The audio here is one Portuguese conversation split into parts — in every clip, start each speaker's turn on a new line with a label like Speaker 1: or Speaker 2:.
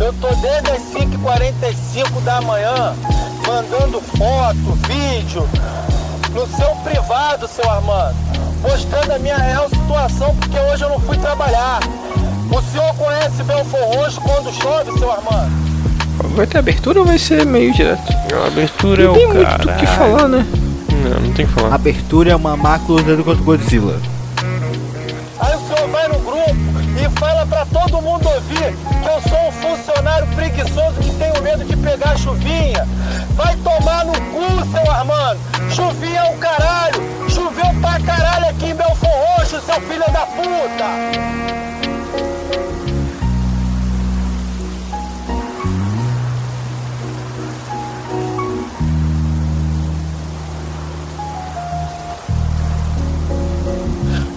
Speaker 1: Eu tô desde as 5h45 da manhã mandando foto, vídeo no seu privado, seu Armando, mostrando a minha real situação porque hoje eu não fui trabalhar. O senhor conhece Belfor Roxo quando chove, seu Armando?
Speaker 2: Vai ter abertura ou vai ser meio direto?
Speaker 3: A abertura é
Speaker 2: Não
Speaker 3: o
Speaker 2: tem muito
Speaker 3: cara.
Speaker 2: do que falar, né?
Speaker 3: Não, não tem o que falar.
Speaker 4: Abertura é uma macro lutando contra o Godzilla.
Speaker 1: Aí o senhor vai no grupo e fala pra todo mundo ouvir que eu sou um funcionário preguiçoso que tenho medo de pegar chuvinha. Vai tomar no cu, seu Armando. Chuvinha é o caralho. Choveu pra caralho aqui em Belfor Roxo, seu filho da puta.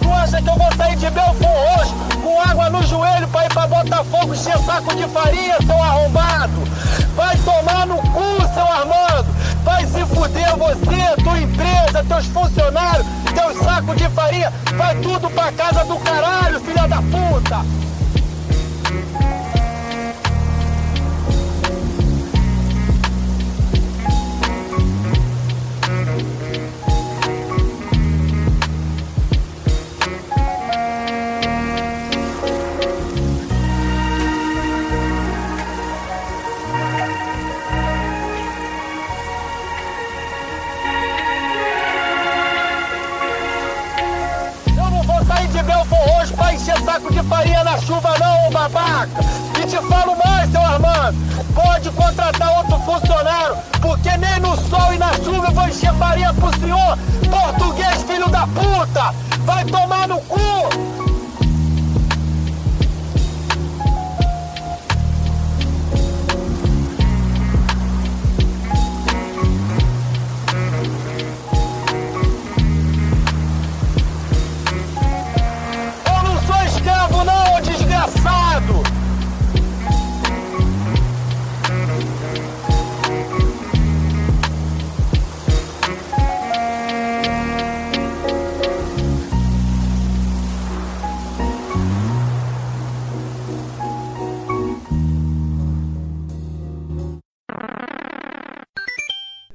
Speaker 1: Tu acha é que eu vou sair de Belfor hoje com água no joelho pra ir pra Botafogo encher saco de farinha, seu arrombado? Vai tomar no cu, seu Armando! Vai se fuder você, tua empresa, teus funcionários, teus sacos de farinha! Vai tudo pra casa do caralho, filha da puta! Eu não vou sair de Belfor hoje pra encher saco de farinha na chuva não, ô babaca! E te falo mais, seu Armando! Pode contratar outro funcionário, porque nem no sol e na chuva eu vou encher farinha pro senhor, português filho da puta! Vai tomar no cu! Eu não sou escravo não, ô desgraçado!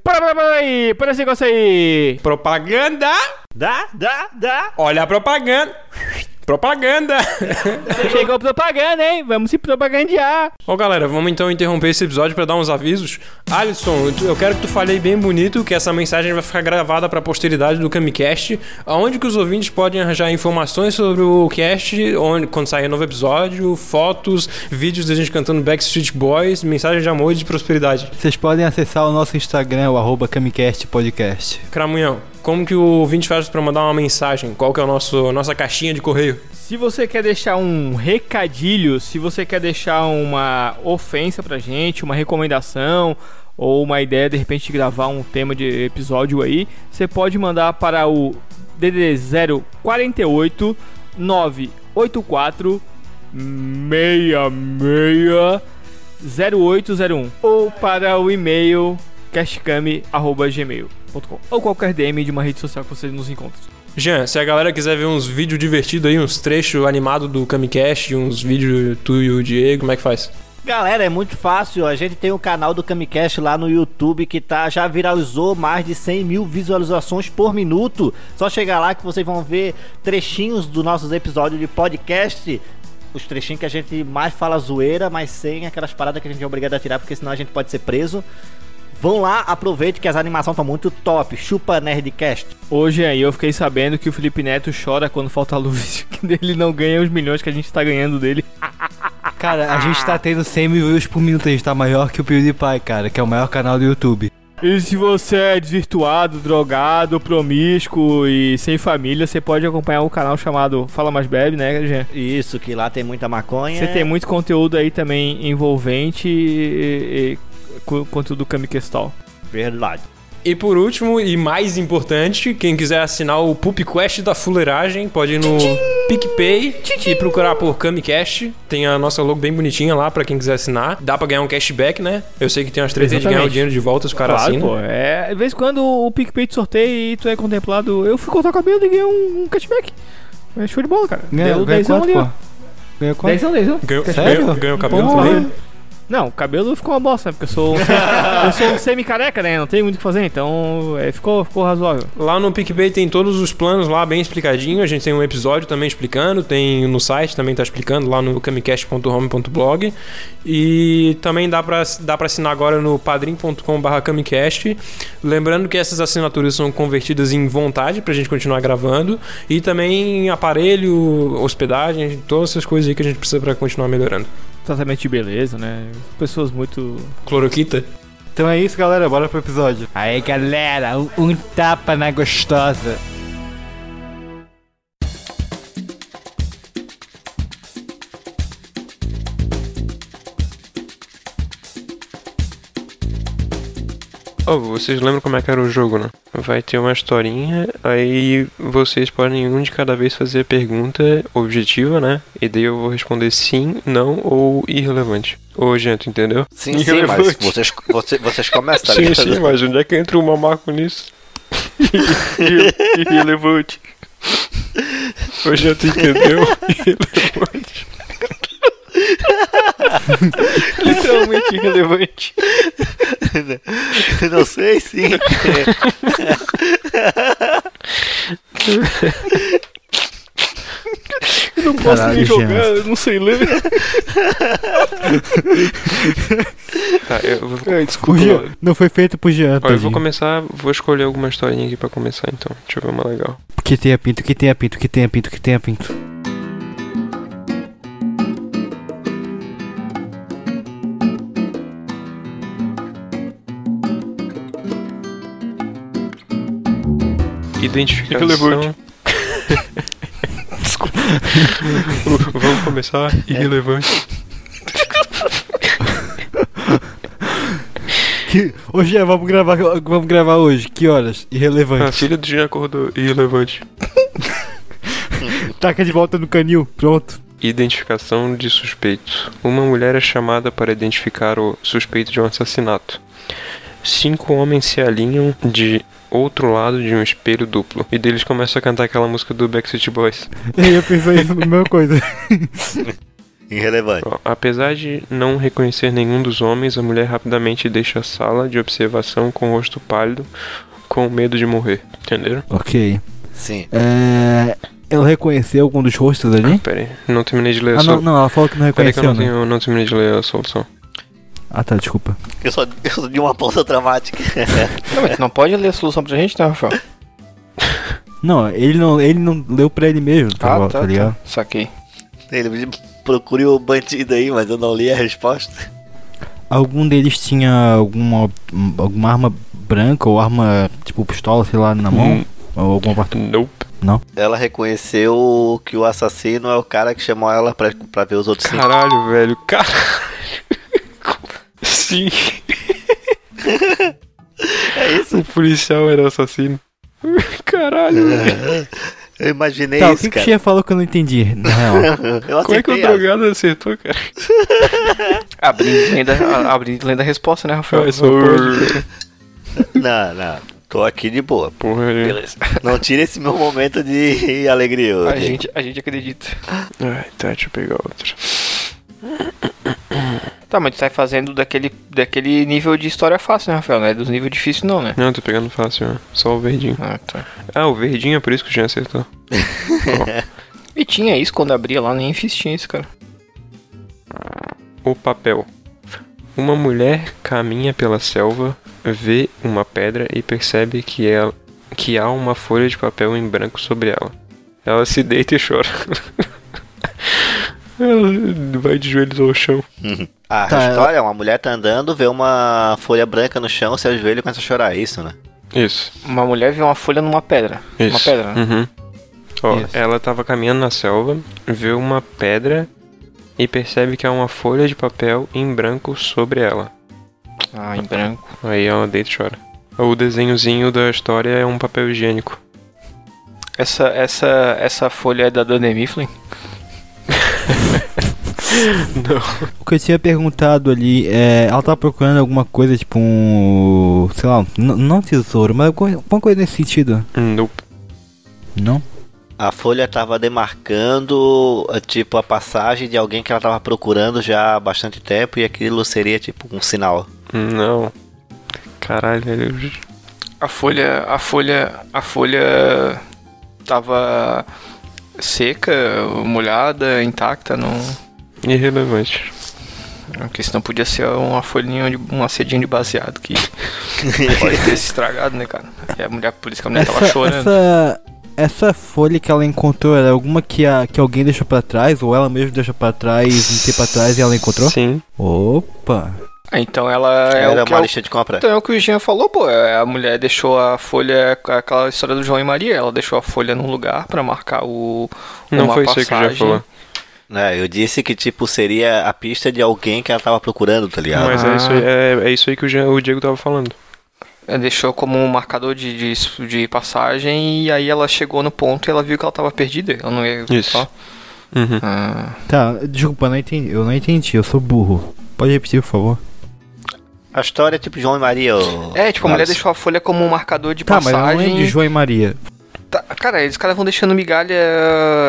Speaker 5: Para, para, para aí, para esse negócio aí.
Speaker 3: Propaganda!
Speaker 6: Dá, dá, dá.
Speaker 3: Olha a propaganda! Propaganda!
Speaker 5: Chegou propaganda, hein? Vamos se propagandear.
Speaker 3: Ô galera, vamos então interromper esse episódio pra dar uns avisos. Alisson, tu- eu quero que tu fale bem bonito que essa mensagem vai ficar gravada pra posteridade do Camicast, aonde que os ouvintes podem arranjar informações sobre o cast, onde quando sair novo episódio, fotos, vídeos da gente cantando Backstreet Boys, mensagem de amor e de prosperidade.
Speaker 4: Vocês podem acessar o nosso Instagram, o arroba Camicast Podcast.
Speaker 3: Cramunhão, como que o ouvinte faz pra mandar uma mensagem? Qual que é a nosso, nossa caixinha de correio?
Speaker 5: Se você quer deixar um recadilho, se você quer deixar uma ofensa pra gente, uma recomendação ou uma ideia de repente de gravar um tema de episódio aí, você pode mandar para o DDD 048 984 66 0801 ou para o e-mail cashcam@gmail.com ou qualquer DM de uma rede social que você nos encontre.
Speaker 3: Jean, se a galera quiser ver uns vídeos divertidos aí, uns trechos animados do Camicast, uns vídeos tu e o Diego, como é que faz?
Speaker 6: Galera, é muito fácil. A gente tem o canal do Camicast lá no YouTube que tá, já viralizou mais de 100 mil visualizações por minuto. Só chegar lá que vocês vão ver trechinhos dos nossos episódios de podcast. Os trechinhos que a gente mais fala zoeira, mas sem aquelas paradas que a gente é obrigado a tirar, porque senão a gente pode ser preso. Vão lá, aproveite que as animações estão muito top. Chupa Nerdcast.
Speaker 5: Hoje aí eu fiquei sabendo que o Felipe Neto chora quando falta luz, que ele não ganha os milhões que a gente tá ganhando dele.
Speaker 4: Cara, a gente tá tendo 100 mil views por minuto, a gente tá maior que o PewDiePie, cara, que é o maior canal do YouTube.
Speaker 5: E se você é desvirtuado, drogado, promíscuo e sem família, você pode acompanhar o canal chamado Fala Mais Bebe, né, Jean?
Speaker 6: Isso, que lá tem muita
Speaker 7: É.
Speaker 6: maconha.
Speaker 5: Você tem muito conteúdo aí também envolvente e, e- e co- conteúdo Kamiquestal.
Speaker 6: Verdade.
Speaker 3: E por último, e mais importante, quem quiser assinar o PupQuest da Fuleiragem, pode ir no PicPay e procurar por Camicast. Tem a nossa logo bem bonitinha lá pra quem quiser assinar. Dá pra ganhar um cashback, né? Eu sei que tem umas três de ganhar o
Speaker 5: Exatamente.
Speaker 3: dinheiro de volta, os caras
Speaker 5: Claro,
Speaker 3: assinam.
Speaker 5: pô.
Speaker 4: né?
Speaker 5: É, de vez em quando o PicPay te sorteia e tu é contemplado. Eu fui cortar o cabelo e ganhei um, um cashback. Mas show de bola, cara.
Speaker 4: Ganha,
Speaker 5: Deu
Speaker 4: ganha
Speaker 5: 10
Speaker 4: quanto,
Speaker 5: ali, ó.
Speaker 4: pô? Ganha quanto?
Speaker 5: 10 10
Speaker 3: Ganhou,
Speaker 4: Sério?
Speaker 3: ganhou, ganhou o cabelo
Speaker 4: Porra.
Speaker 3: também.
Speaker 5: Não, o cabelo ficou uma bosta, né? Porque eu sou, um- eu sou um semi-careca, né? Não tem muito o que fazer, então é, ficou, ficou razoável.
Speaker 3: Lá no PicPay tem todos os planos lá bem explicadinho. A gente tem um episódio também explicando, tem no site também tá explicando lá no camicast.home.blog. E também dá pra, dá pra assinar agora no padrim.com.br camicast. Lembrando que essas assinaturas são convertidas em vontade pra gente continuar gravando. E também em aparelho, hospedagem, todas essas coisas aí que a gente precisa pra continuar melhorando.
Speaker 5: Tratamento de beleza, né? Pessoas muito.
Speaker 3: Cloroquita?
Speaker 4: Então é isso, galera. Bora pro episódio. Aí, galera, um, um tapa na gostosa.
Speaker 3: Oh, vocês lembram como é que era o jogo, né? Vai ter uma historinha, aí vocês podem um de cada vez fazer a pergunta objetiva, né? E daí eu vou responder sim, não ou irrelevante. Ô, gente, entendeu?
Speaker 7: Sim, sim, mas
Speaker 3: Irrelevante.
Speaker 7: vocês, vocês, vocês começam, tá
Speaker 3: sim,
Speaker 7: ligado?
Speaker 3: sim, mas onde é que entra o mamaco nisso? irrelevante. Ô, gente, entendeu? Irrelevante. Literalmente irrelevante.
Speaker 7: Não sei, sim.
Speaker 4: Posso
Speaker 7: Tá,
Speaker 4: Caralho, Jean.
Speaker 5: eu não sei ler.
Speaker 3: Tá, eu vou
Speaker 4: O Jean não foi feito pro
Speaker 3: Ó,
Speaker 4: Jean,
Speaker 3: eu vou
Speaker 4: É, tadinho.
Speaker 3: começar, vou escolher alguma historinha aqui pra começar então. Deixa eu ver uma legal.
Speaker 4: Que tenha pinto, que tenha pinto, que tenha pinto, que tenha pinto.
Speaker 3: Identificação.
Speaker 7: Irrelevante.
Speaker 3: Desculpa. Vamos começar.
Speaker 4: É.
Speaker 3: Irrelevante.
Speaker 4: Que... Ô Jean, vamos gravar, vamos gravar hoje. Que horas?
Speaker 3: A
Speaker 4: Irrelevante.
Speaker 3: filha do Jean acordou. Irrelevante.
Speaker 4: Taca de volta no canil. Pronto.
Speaker 3: Identificação de suspeito. Uma mulher é chamada para identificar o suspeito de um assassinato. Cinco homens se alinham de outro lado de um espelho duplo. E deles começa a cantar aquela música do Backstreet Boys.
Speaker 4: Eu ia pensar isso na mesma coisa.
Speaker 7: Irrelevante.
Speaker 3: Ó, Apesar de não reconhecer nenhum dos homens, a mulher rapidamente deixa a sala de observação com o rosto pálido, com medo de morrer. Entenderam?
Speaker 4: Ok.
Speaker 7: Sim.
Speaker 4: É... Ela reconheceu algum dos rostos ali?
Speaker 3: Pera aí, não terminei de ler a
Speaker 4: Ah, não,
Speaker 3: solução.
Speaker 4: não, ela falou que não
Speaker 3: Pera aí que eu
Speaker 4: reconheceu,
Speaker 3: não,
Speaker 4: né?
Speaker 3: tenho, não terminei de ler a solução.
Speaker 4: Ah, tá, desculpa.
Speaker 7: Eu só, eu só dei uma pausa dramática.
Speaker 2: Não, mas tu não pode ler a solução pra gente, né, Rafael?
Speaker 4: Não, ele não, ele não leu pra ele mesmo, tá,
Speaker 2: Ah,
Speaker 4: bom, tá ligado?
Speaker 2: Saquei.
Speaker 7: Ele me procure o bandido aí, mas eu não li a resposta.
Speaker 4: Algum deles tinha alguma, alguma arma branca ou arma, tipo, pistola, sei lá, na mão?
Speaker 3: Hum.
Speaker 4: Ou alguma parte...
Speaker 3: Nope.
Speaker 7: Ela reconheceu que o assassino é o cara que chamou ela pra, pra ver os outros cinco.
Speaker 3: Caralho, velho. Caralho. Sim,
Speaker 7: É isso?
Speaker 3: o policial era assassino. Caralho, velho.
Speaker 2: É.
Speaker 7: Eu imaginei
Speaker 4: tá, o
Speaker 7: É isso,
Speaker 4: que, que o
Speaker 7: cara.
Speaker 4: Chia falou que eu não entendi, na real?
Speaker 7: Eu
Speaker 3: Como é que o
Speaker 7: acertei. ó.
Speaker 3: drogado acertou, cara?
Speaker 2: A Brinde lendo a, a Brinde lendo a resposta, né, Rafael?
Speaker 3: Vai, só pode.
Speaker 7: Não, não. Tô aqui de boa.
Speaker 3: Porra, é. gente.
Speaker 7: Beleza. Não tira esse meu momento de alegria.
Speaker 2: A
Speaker 7: ok?
Speaker 2: gente, a gente acredita.
Speaker 3: Ai, tá, deixa eu pegar outra.
Speaker 2: Tá, mas tu tá fazendo daquele, daquele nível de história fácil, né, Rafael? Não é dos níveis difíceis, não, né?
Speaker 3: Não, tô pegando fácil, ó. Só o verdinho.
Speaker 2: Ah, tá.
Speaker 3: Ah, o verdinho é por isso que o Jean acertou.
Speaker 2: E tinha isso quando abria lá, nem fiz tinha isso, cara.
Speaker 3: O papel. Uma mulher caminha pela selva, vê uma pedra e percebe que, ela, que há uma folha de papel em branco sobre ela. Ela se deita e chora. ela vai de joelhos ao chão.
Speaker 7: A
Speaker 4: Tá,
Speaker 7: história é uma mulher tá andando, vê uma folha branca no chão, se ajoelha e começa a chorar. É isso, né?
Speaker 3: Isso,
Speaker 2: Uma mulher viu uma folha numa pedra.
Speaker 3: isso.
Speaker 2: Uma pedra, né?
Speaker 3: Uhum. Ó,
Speaker 4: Isso.
Speaker 3: ela tava caminhando na selva, vê uma pedra e percebe que há uma folha de papel em branco sobre ela.
Speaker 2: Ah, em branco.
Speaker 3: Aí ela deita e chora. O desenhozinho da história é um papel higiênico.
Speaker 2: Essa, essa, essa folha é da Dana Mifflin?
Speaker 4: o que eu tinha perguntado ali, é, ela tava procurando alguma coisa, tipo um... Sei lá, n- não tesouro, mas alguma alguma coisa nesse sentido.
Speaker 3: Nope.
Speaker 4: Não?
Speaker 7: A Folha tava demarcando, eh, tipo, a passagem de alguém que ela tava procurando já há bastante tempo e aquilo seria, tipo, um sinal.
Speaker 8: Não. Caralho, velho.
Speaker 5: A folha. A folha. A folha tava seca, molhada, intacta, não.
Speaker 8: Irrelevante.
Speaker 5: Porque senão podia ser uma folhinha de uma cedinha de baseado que pode ter se estragado, né, cara? E a mulher, por isso que a mulher né? tava
Speaker 4: Essa,
Speaker 5: chorando.
Speaker 4: essa, essa folha que ela encontrou era alguma que, a, que alguém deixou pra trás, ou ela mesma deixou pra trás um tempo atrás e ela encontrou?
Speaker 8: Sim.
Speaker 4: Opa!
Speaker 5: Ah, Então ela é
Speaker 7: Era
Speaker 5: o que
Speaker 7: uma
Speaker 5: é o-
Speaker 7: lista de compra.
Speaker 5: Então é o que o Jean falou, pô. é, A mulher deixou a folha, aquela história do João e Maria, ela deixou a folha num lugar pra marcar o.
Speaker 8: Não
Speaker 5: uma
Speaker 8: foi isso aí que o Jean
Speaker 5: passagem.
Speaker 8: falou.
Speaker 7: É, eu disse que, tipo, seria a pista de alguém que ela tava procurando, tá ligado?
Speaker 8: Mas é isso aí, é, é isso aí que o, Jean- o Diego tava falando.
Speaker 5: Ela deixou como um marcador de, de, de passagem e aí ela chegou no ponto e ela viu que ela tava perdida. Ela não ia.
Speaker 8: Isso.
Speaker 5: só-
Speaker 8: Uhum.
Speaker 5: Ah,
Speaker 4: Tá, desculpa, eu não entendi, eu não entendi, eu sou burro. Pode repetir, por favor?
Speaker 7: A história é tipo João e Maria. ô-
Speaker 5: É, tipo, a mulher
Speaker 7: Alisson.
Speaker 5: deixou a folha como um marcador de
Speaker 4: Tá, mas eu não
Speaker 5: passagem.
Speaker 4: lembro de João e Maria.
Speaker 5: Tá, cara, eles caras vão deixando migalha.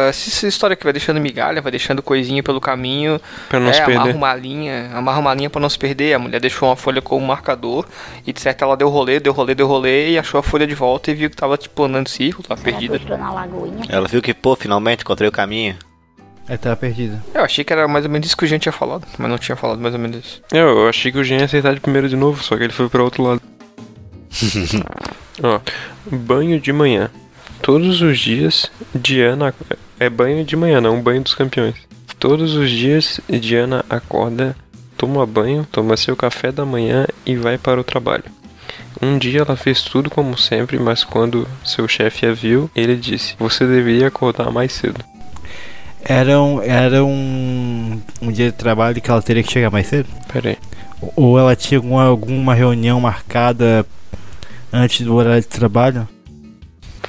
Speaker 5: Essa essa história que vai deixando migalha, vai deixando coisinha pelo caminho.
Speaker 8: Pra não
Speaker 5: é,
Speaker 8: se
Speaker 5: amarra
Speaker 8: perder.
Speaker 5: uma linha, amarra uma linha pra não se perder. A mulher deixou uma folha como um marcador e de certo ela deu rolê, deu rolê, deu rolê e achou a folha de volta e viu que tava tipo andando em círculo, tava perdida.
Speaker 9: Estou na lagoinha.
Speaker 5: um-
Speaker 7: Ela viu que, pô, finalmente encontrei o caminho.
Speaker 4: É, tá perdida.
Speaker 5: Eu achei que era mais ou menos isso que o Jean tinha falado, mas não tinha falado mais ou menos isso.
Speaker 8: É, Eu, eu achei que o Jean ia acertar de primeiro de novo, só que ele foi pra outro lado. Ó, banho de manhã. Todos os dias, Diana. É banho de manhã, não, banho dos campeões. Todos os dias, Diana acorda, toma banho, toma seu café da manhã e vai para o trabalho. Um dia ela fez tudo como sempre, mas quando seu chefe a viu, ele disse: Você deveria acordar mais cedo.
Speaker 4: Era um, era um, um dia de trabalho que ela teria que chegar mais cedo?
Speaker 8: Pera aí.
Speaker 4: Ou ela tinha alguma, alguma reunião marcada antes do horário de trabalho?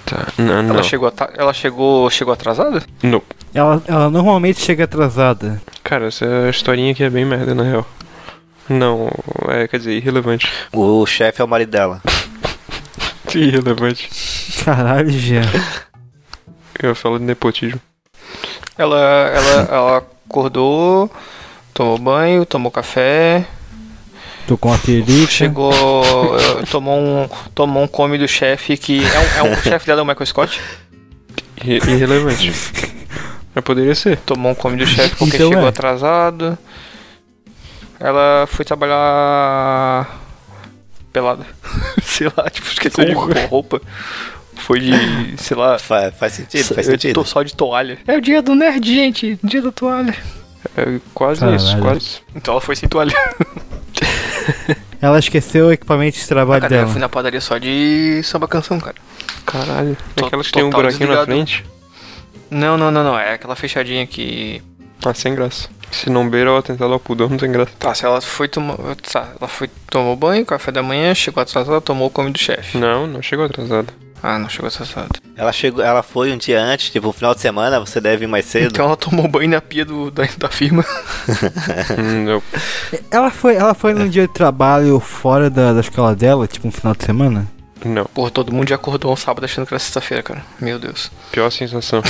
Speaker 8: Tá, não, não.
Speaker 5: Ela chegou ata- ela chegou, chegou atrasada?
Speaker 8: não.
Speaker 4: Ela, ela normalmente chega atrasada.
Speaker 8: Cara, essa historinha aqui é bem merda, na real. Não, é, quer dizer, irrelevante.
Speaker 7: O chefe é o marido dela.
Speaker 8: Irrelevante.
Speaker 4: Caralho, Jean.
Speaker 8: Eu falo de nepotismo.
Speaker 5: Ela, ela, ela acordou, tomou banho, tomou café,
Speaker 4: Tô com a perica.
Speaker 5: Chegou. eh, tomou um. Tomou um come do chefe que. É um, é um- o chefe dela é o Michael Scott.
Speaker 8: Irre- irrelevante. Mas poderia ser.
Speaker 5: Tomou um come do chefe porque
Speaker 4: Então
Speaker 5: chegou
Speaker 4: é.
Speaker 5: atrasado. Ela foi trabalhar. pelada. sei lá, tipo, esqueceu de pôr roupa. Foi de. sei lá.
Speaker 7: Fa- faz sentido, faz
Speaker 5: eu
Speaker 7: sentido.
Speaker 5: Tô só de toalha. É o dia do nerd, gente. Dia da toalha.
Speaker 8: É quase
Speaker 4: Caralho.
Speaker 8: isso, quase.
Speaker 5: Então ela foi sem toalha.
Speaker 4: Ela esqueceu o equipamento de trabalho
Speaker 5: Cara, eu
Speaker 4: dela.
Speaker 5: fui na padaria só de samba canção, cara.
Speaker 8: Caralho.
Speaker 5: To-
Speaker 8: Aquelas que tem um
Speaker 5: total
Speaker 8: buraquinho na
Speaker 5: desligado.
Speaker 8: frente.
Speaker 5: Não, não, não, não. É aquela fechadinha que
Speaker 8: Ah, sem graça. Se não beira o atentado ao pudor, não tem graça.
Speaker 5: Tá, se ela foi tomar. Tá, ela foi tomou banho, café da manhã, chegou atrasada, tomou o come do chefe.
Speaker 8: Não, não chegou atrasado.
Speaker 5: Ah, não chegou atrasada.
Speaker 7: Ela chegou, ela foi um dia antes, tipo, final de semana, você deve ir mais cedo.
Speaker 5: Então ela tomou banho na pia do, da, da firma.
Speaker 8: Hum, eu-
Speaker 4: Ela foi, ela foi
Speaker 7: É.
Speaker 4: num dia de trabalho fora da, da escola dela, tipo um final de semana?
Speaker 8: Não.
Speaker 5: Porra, todo mundo já acordou um sábado achando que era sexta-feira, cara. Meu Deus.
Speaker 8: Pior sensação.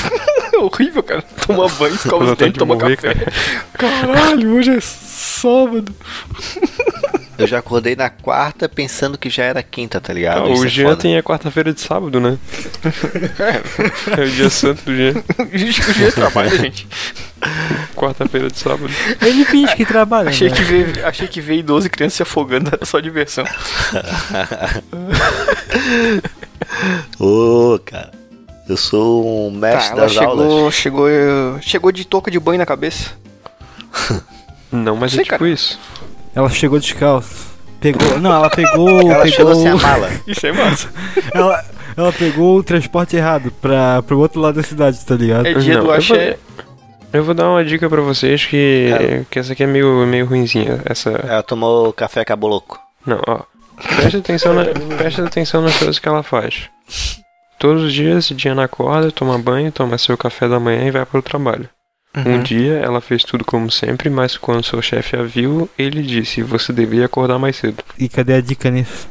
Speaker 5: É horrível, cara. Toma banho, escova os dentes,
Speaker 8: Vontade de
Speaker 5: toma
Speaker 8: morrer,
Speaker 5: café. Caralho, hoje é sábado.
Speaker 7: Eu já acordei na quarta pensando que já era quinta, tá ligado?
Speaker 5: Então,
Speaker 7: Isso
Speaker 8: o
Speaker 7: é
Speaker 8: Jean
Speaker 7: foda.
Speaker 8: tem a quarta-feira de sábado, né? é o dia santo do Jean.
Speaker 5: O dia trabalha, é gente.
Speaker 8: Quarta-feira de sábado.
Speaker 4: Ele finge que trabalha.
Speaker 5: Achei que, ver, achei que ver idoso e criança se afogando era só diversão.
Speaker 7: Ô, cara. Eu sou um mestre
Speaker 5: Tá, ela
Speaker 7: das aulas.
Speaker 5: chegou, chegou, eh, chegou de touca de banho na cabeça.
Speaker 8: Não, mas
Speaker 5: Sei,
Speaker 8: é tipo
Speaker 5: cara.
Speaker 8: isso.
Speaker 4: Ela chegou descalço. Pegou. Não, ela pegou.
Speaker 7: Ela chegou
Speaker 4: pegou
Speaker 7: sem a mala.
Speaker 5: Isso é massa.
Speaker 4: ela, ela pegou o transporte errado pra, pro outro lado da cidade, tá ligado?
Speaker 5: É dia
Speaker 8: Não,
Speaker 5: do
Speaker 8: eu
Speaker 5: axé.
Speaker 8: Eu vou dar uma dica pra vocês que, que essa aqui é meio, meio ruinzinha. Essa,
Speaker 7: Ela tomou café caboloco.
Speaker 8: Não, ó. Presta atenção, na, presta atenção nas coisas que ela faz. Todos os dias, Diana acorda, toma banho, toma seu café da manhã e vai para o trabalho.
Speaker 7: Uhum.
Speaker 8: Um dia, ela fez tudo como sempre, mas quando seu chefe a viu, ele disse: Você deveria acordar mais cedo.
Speaker 4: E cadê a dica nisso?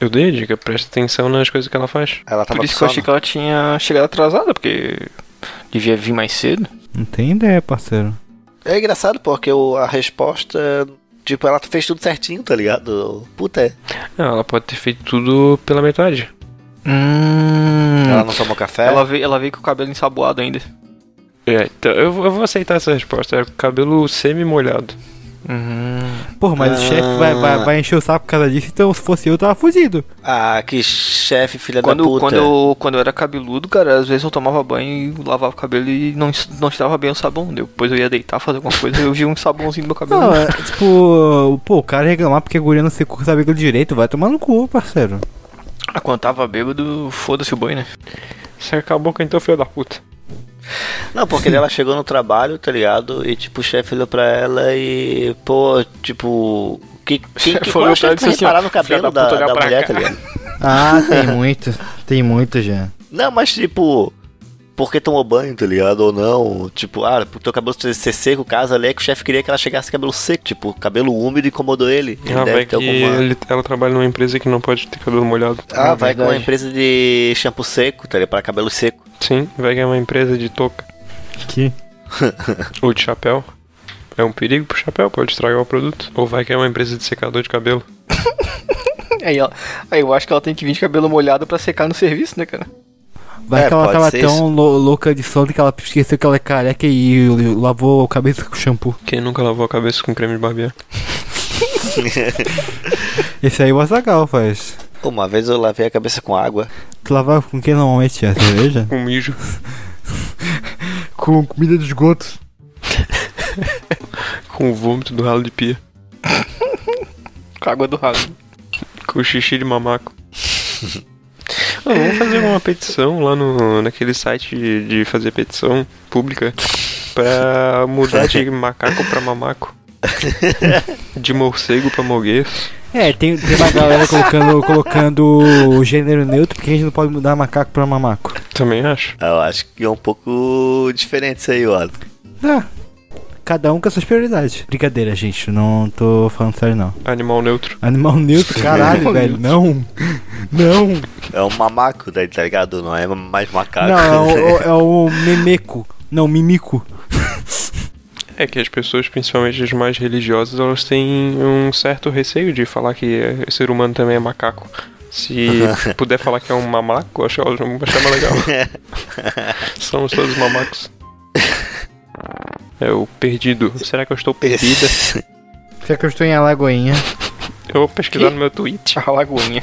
Speaker 8: Eu dei a dica, presta atenção nas coisas que ela faz.
Speaker 7: Ela tava
Speaker 2: Por
Speaker 7: com
Speaker 2: isso que eu
Speaker 7: sono.
Speaker 2: achei que ela tinha chegado atrasada, porque devia vir mais cedo.
Speaker 4: Não tem ideia, parceiro.
Speaker 7: É engraçado, porque o- a resposta. Tipo, ela fez tudo certinho, tá ligado? Puta, é.
Speaker 8: Não, ela pode ter feito tudo pela metade.
Speaker 2: Hum.
Speaker 7: ela
Speaker 2: Ela,
Speaker 7: não tomou café.
Speaker 2: veio, ela veio com o cabelo ensaboado ainda.
Speaker 8: É, então eu, vou- eu vou aceitar essa resposta. É cabelo semi-molhado.
Speaker 4: Porra, mas o chefe vai, vai, vai encher o saco por causa disso, então se fosse eu, tava fudido.
Speaker 7: Ah, que chefe, filha da
Speaker 2: Quando,
Speaker 7: puta.
Speaker 2: quando, eu, quando eu era cabeludo, cara, às vezes eu tomava banho e lavava o cabelo e não, não estava bem o sabão. Depois eu ia deitar, fazer alguma coisa, eu vi um sabãozinho no meu cabelo.
Speaker 4: Não, é, tipo, pô, o cara reclamar porque a guria não se curte saber que direito, vai tomar no cu, parceiro.
Speaker 2: Ah, quando tava bêbado, foda-se o banho, né?
Speaker 8: Cerca a boca então, filho da puta.
Speaker 7: Não, porque ela chegou no trabalho, tá ligado? E tipo, o chefe olhou pra ela e. Pô, tipo. Que, quem que
Speaker 2: Foi
Speaker 7: qual
Speaker 2: olhar
Speaker 7: é o chefe que
Speaker 2: pra ela e disse
Speaker 7: vai
Speaker 2: assim,
Speaker 7: reparar no
Speaker 2: ó, filha
Speaker 7: cabelo
Speaker 2: da
Speaker 7: da,
Speaker 2: puta,
Speaker 7: da,
Speaker 2: olhar pra
Speaker 7: mulher,
Speaker 2: cá.
Speaker 7: tá ligado?
Speaker 4: Ah, tem muito, tem muito já.
Speaker 7: Não, mas tipo. Porque tomou banho, tá ligado? Ou não. Tipo, ah, pro teu cabelo ser ser seco, o caso ali é que o chefe queria que ela chegasse com cabelo seco. Tipo, cabelo úmido incomodou ele. Ele
Speaker 8: Ah,
Speaker 7: deve
Speaker 8: vai
Speaker 7: ter
Speaker 8: que
Speaker 7: alguma-
Speaker 8: ele- ela trabalha numa empresa que não pode ter cabelo molhado.
Speaker 7: Ah, vai com uma
Speaker 4: Verdade.
Speaker 7: empresa de shampoo seco, tá ligado? Pra cabelo seco.
Speaker 8: Sim, vai que é uma empresa de touca.
Speaker 4: Que?
Speaker 8: Ou de chapéu. É um perigo pro chapéu, pode estragar o produto. Ou vai que é uma empresa de secador de cabelo.
Speaker 2: Aí, ela, aí eu acho que ela tem que vir de cabelo molhado pra secar no serviço, né, cara?
Speaker 4: Vai
Speaker 7: É,
Speaker 4: que ela
Speaker 7: pode
Speaker 4: tava
Speaker 7: ser
Speaker 4: tão lou- louca de sono que ela esqueceu que ela é careca e lavou a cabeça com shampoo.
Speaker 8: Quem nunca lavou a cabeça com creme de barbear?
Speaker 4: Esse aí é o Azagal faz.
Speaker 7: Uma vez eu lavei a cabeça com água.
Speaker 4: Tu lavava com quem normalmente? A cerveja?
Speaker 8: Com mijo.
Speaker 4: com comida de esgoto.
Speaker 8: Com o vômito do ralo de pia.
Speaker 2: Com a água do ralo.
Speaker 8: Com o xixi de mamaco. Ah, vamos fazer uma petição lá no, naquele site de, de fazer petição pública pra mudar de macaco pra mamaco. De morcego pra moguês.
Speaker 4: É, tem, tem uma galera colocando, colocando o gênero neutro porque a gente não pode mudar macaco pra mamaco.
Speaker 8: Também acho.
Speaker 7: Eu acho que é um pouco diferente isso aí, ó.
Speaker 4: Ah, cada um com as suas prioridades. Brincadeira, gente, não tô falando sério não.
Speaker 8: Animal neutro.
Speaker 4: Animal neutro, caralho, velho, não. Não.
Speaker 7: É um mamaco, tá tá ligado? Não é mais macaco.
Speaker 4: Não, é o, é o memeco. Não, mimico.
Speaker 8: É que as pessoas, principalmente as mais religiosas, elas têm um certo receio de falar que é- ser humano também é macaco. Se puder falar que é um mamaco, eu acho, eu acho mais legal. Somos todos mamacos. É o perdido. Será que eu estou perdida?
Speaker 4: Será que eu estou em Alagoinha?
Speaker 8: Eu vou pesquisar no meu tweet.
Speaker 2: A lagoinha.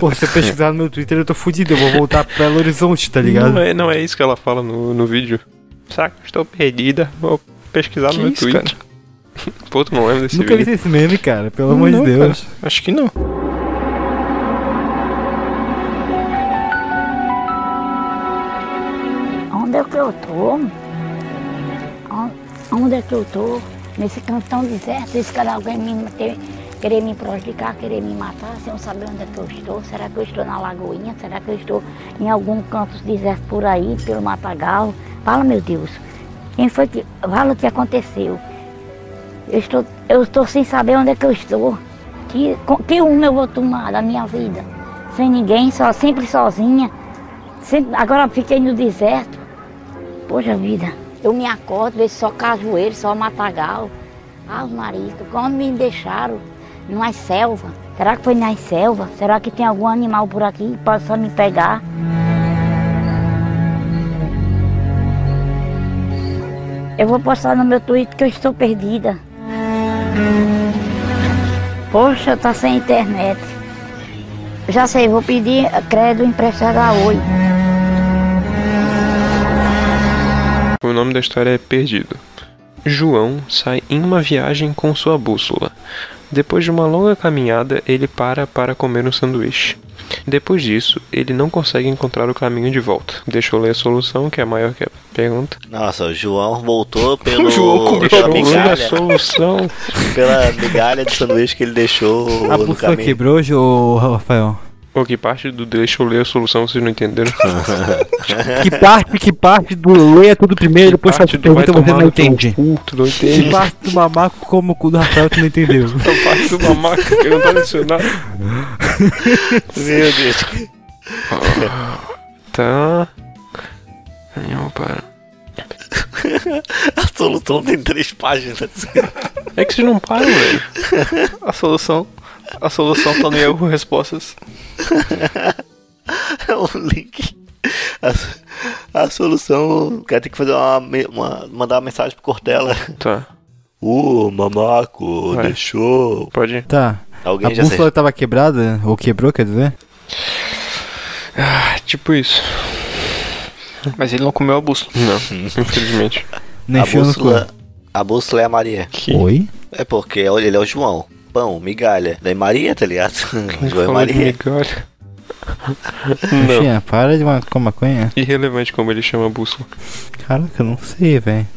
Speaker 4: Pô, se eu pesquisar no meu Twitter eu tô fudido, eu vou voltar pra Belo Horizonte, tá ligado?
Speaker 8: Não é, não é isso que ela fala no, no vídeo. Será que eu estou perdida? Vou pesquisar
Speaker 2: Que
Speaker 8: no meu
Speaker 2: isso,
Speaker 8: tweet. Pô, tu não lembra desse
Speaker 4: Nunca vi
Speaker 8: vídeo?
Speaker 4: esse meme, cara, pelo amor de
Speaker 2: Não,
Speaker 4: Deus.
Speaker 2: cara, acho que não.
Speaker 10: Onde é que eu tô? On- Onde é que eu tô? Nesse cantão deserto, esse cara alguém me ter- querer me prejudicar, querer me matar, sem eu saber onde é que eu estou. Será que eu estou na lagoinha? Será que eu estou em algum canto deserto por aí, pelo matagal? Fala, meu Deus. Quem foi que. Fala o que aconteceu. Eu estou, eu estou sem saber onde é que eu estou. Que, com- que rumo eu vou tomar da minha vida? Sem ninguém, só, sempre sozinha. Sempre, agora fiquei no deserto. Poxa vida, eu me acordo, vejo só cajueiro, só matagal. Ah, os maridos, quando me deixaram numa selva. Será que foi na selva? Será que tem algum animal por aqui que possa me pegar? Eu vou postar no meu Twitter que eu estou perdida. Poxa, tá sem internet. Já sei, vou pedir crédito emprestado a Oi.
Speaker 8: O nome da história é Perdido. João sai em uma viagem com sua bússola. Depois de uma longa caminhada, ele para para comer um sanduíche. Depois disso, ele não consegue encontrar o caminho de volta. Deixa eu ler a solução, que é maior que a pergunta.
Speaker 7: Nossa, o João voltou pelo. pela
Speaker 8: Deixa eu ler a
Speaker 7: migalha.
Speaker 8: solução.
Speaker 7: Pela migalha de sanduíche que ele deixou
Speaker 4: A
Speaker 7: no
Speaker 4: bússola
Speaker 7: caminho.
Speaker 4: quebrou, ô Rafael?
Speaker 8: Ou que parte do deixa eu ler a solução vocês não entenderam?
Speaker 4: Que parte, que parte do leia tudo primeiro, depois faz
Speaker 8: parte do vai
Speaker 4: pergunta você
Speaker 8: tomar
Speaker 4: não
Speaker 8: no teu
Speaker 4: entende.
Speaker 8: cu, tu não
Speaker 4: um. Que
Speaker 8: entende?
Speaker 4: parte do mamaco como o cu do Rafael tu não entendeu.
Speaker 8: Essa parte do mamaca que não tá no dicionário.
Speaker 7: Meu Deus.
Speaker 8: Tá. Não, para.
Speaker 7: A solução tem três páginas.
Speaker 8: É que vocês não param, velho.
Speaker 2: A solução. A solução tá no erro respostas.
Speaker 7: É um link. A, so- a solução. O cara tem que fazer uma, me- uma- mandar uma mensagem pro Cortella.
Speaker 8: Tá,
Speaker 7: Uh, mamaco,
Speaker 8: Vai.
Speaker 7: deixou.
Speaker 8: pode ir.
Speaker 4: Tá.
Speaker 7: Alguém
Speaker 4: A
Speaker 7: já
Speaker 4: bússola tava quebrada, ou quebrou, quer dizer?
Speaker 8: Ah, tipo isso.
Speaker 2: Mas ele não comeu a bússola.
Speaker 8: Não, infelizmente.
Speaker 4: Nem
Speaker 7: a
Speaker 4: enfiou no cu.
Speaker 7: bússola, a bússola é a Maria.
Speaker 8: Que
Speaker 4: Oi?
Speaker 7: É porque ele é o João. Pão, migalha. Daí Maria, tá ligado? João é
Speaker 8: falou de
Speaker 7: Maria.
Speaker 8: migalha. Não,
Speaker 4: Xinha, é, para de ma- com maconha.
Speaker 8: é irrelevante como ele chama a bússola.
Speaker 4: Caraca, eu não sei, velho.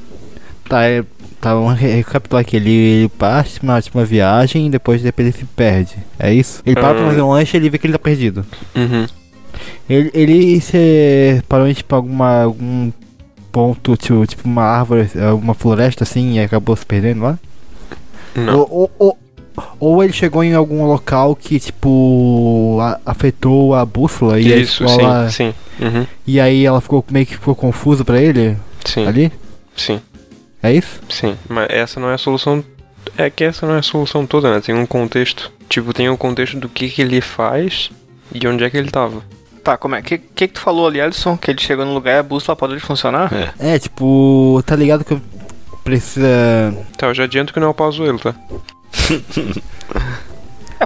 Speaker 4: Tá, é- tá, vamos re- recapitular aqui. Ele, ele parte pra uma última viagem e depois, depois ele se perde. É isso? Ele para pra
Speaker 8: Ah.
Speaker 4: fazer um lanche e ele vê que ele tá perdido.
Speaker 8: Uhum.
Speaker 4: Ele, ele se parou em tipo alguma, algum ponto, tipo, tipo uma árvore, uma floresta assim e acabou se perdendo lá?
Speaker 8: Não.
Speaker 4: Ou, ou, ou, ou ele chegou em algum local que, tipo, a- afetou a bússola e, aí,
Speaker 8: Isso,
Speaker 4: tipo, ela-
Speaker 7: é-
Speaker 8: sim, sim. Uhum.
Speaker 4: e aí ela ficou meio que ficou confusa pra ele
Speaker 8: Sim,
Speaker 4: ali?
Speaker 8: sim.
Speaker 4: É isso?
Speaker 8: Sim, mas essa não é a solução. É que essa não é a solução toda, né? Tem um contexto. Tipo, tem um contexto do que, que ele faz e onde é que ele tava.
Speaker 2: Tá, como é? O que, que, que tu falou ali, Alisson? Que ele chegou no lugar e a bússola parou de funcionar?
Speaker 4: É, tipo, tá ligado que eu precisa.
Speaker 8: Tá, eu já adianto que não é o Pazuello, tá?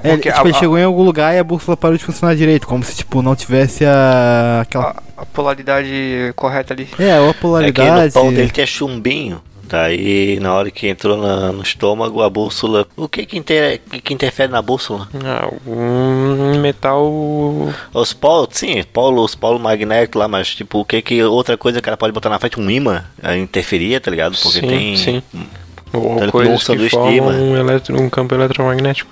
Speaker 4: É, ele,
Speaker 2: porque
Speaker 4: tipo,
Speaker 2: a-
Speaker 4: ele
Speaker 2: a-
Speaker 4: chegou em algum lugar e a bússola parou de funcionar direito, como se tipo não tivesse a aquela.
Speaker 2: A, a polaridade correta ali.
Speaker 4: É, ou a
Speaker 7: É que
Speaker 4: polaridade.
Speaker 7: no pão dele tinha chumbinho. Daí, na hora que entrou na- no estômago, a bússola. O que que, inter- que que interfere na bússola?
Speaker 8: Ah, um metal.
Speaker 7: Os polos, sim, polo, os polos magnéticos lá, mas tipo, o que que outra coisa que o cara pode botar na frente? Um imã? Aí interferia, tá ligado? Porque
Speaker 8: sim,
Speaker 7: tem.
Speaker 8: sim.
Speaker 7: Então
Speaker 8: Ou
Speaker 7: ele
Speaker 8: coisas
Speaker 7: pulsa
Speaker 8: que
Speaker 7: do
Speaker 8: formam
Speaker 7: estima.
Speaker 8: um, eletro, um campo eletromagnético.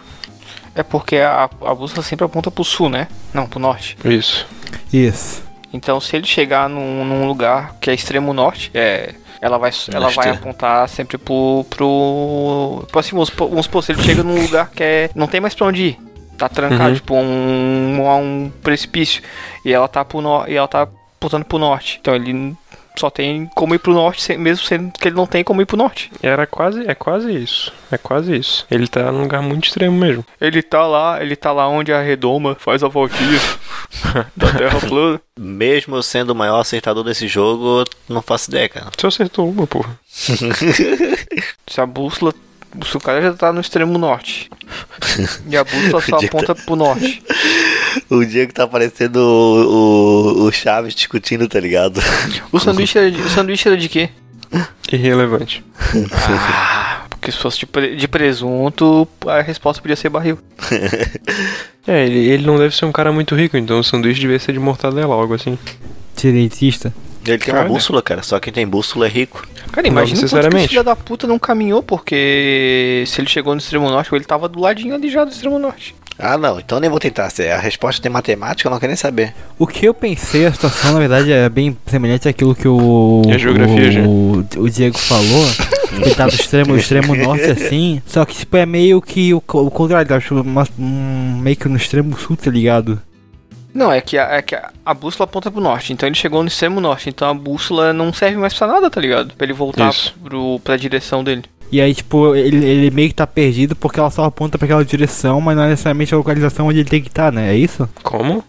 Speaker 2: É porque a, a bússola sempre aponta pro sul, né? Não, pro norte.
Speaker 8: Isso.
Speaker 4: Isso.
Speaker 2: Então, se ele chegar num, num lugar que é extremo norte, é, ela vai, ela vai
Speaker 7: Norte.
Speaker 2: apontar sempre pro. pro. pro assim, vamos, supor- vamos supor, se ele chega num lugar que é, não tem mais pra onde ir. Tá trancado,
Speaker 8: Uhum.
Speaker 2: tipo, um, a um precipício. E ela tá pro no, e ela tá apontando pro norte. Então ele só tem como ir pro norte, sem- mesmo sendo que ele não tem como ir pro norte.
Speaker 8: Era quase. É quase isso. É quase isso. Ele tá num lugar muito extremo mesmo.
Speaker 2: Ele tá lá, ele tá lá onde a redoma faz a voltinha da terra plana.
Speaker 7: Mesmo eu sendo o maior acertador desse jogo, não faço ideia, cara.
Speaker 8: Tu acertou uma, porra.
Speaker 2: Se a bússola. Se o cara já tá no extremo norte. E a bússola só
Speaker 7: Onde é que
Speaker 2: aponta pro norte.
Speaker 7: O dia que tá aparecendo o, o, o Chaves discutindo, tá ligado?
Speaker 2: O sanduíche era de, o sanduíche era de quê?
Speaker 8: Irrelevante.
Speaker 2: Porque se fosse de, pre- de presunto, a resposta podia ser barril.
Speaker 8: É, ele, ele não deve ser um cara muito rico, então o sanduíche devia ser de mortadela, algo assim.
Speaker 4: Direitista.
Speaker 7: Ele tem
Speaker 8: Cara.
Speaker 7: uma bússola, cara. Só quem tem bússola é rico.
Speaker 2: Cara,
Speaker 8: Não
Speaker 2: imagina o quanto que esse
Speaker 8: necessariamente.
Speaker 2: filho da puta não caminhou, porque se ele chegou no extremo norte, ele tava do ladinho ali já do extremo norte.
Speaker 7: Ah, não. Então nem vou tentar. Se a resposta tem matemática, eu não quero nem saber.
Speaker 4: O que eu pensei, a situação na verdade é bem semelhante àquilo que o.
Speaker 8: E a geografia, já?
Speaker 4: o, o Diego falou. Ele tá do extremo, do extremo norte assim. Só que tipo, é meio que o, co- o contrário, tá? Tipo, uma- um- meio que no extremo sul, tá ligado?
Speaker 2: Não, é que, a, é que a, a bússola aponta pro norte, então ele chegou no extremo norte, então a bússola não serve mais pra nada, tá ligado? Pra ele voltar
Speaker 8: Isso.
Speaker 2: pro, pra direção dele.
Speaker 4: E aí, tipo, ele, ele meio que tá perdido porque ela só aponta pra aquela direção, mas não é necessariamente a localização onde ele tem que estar, né? É isso?
Speaker 8: Como?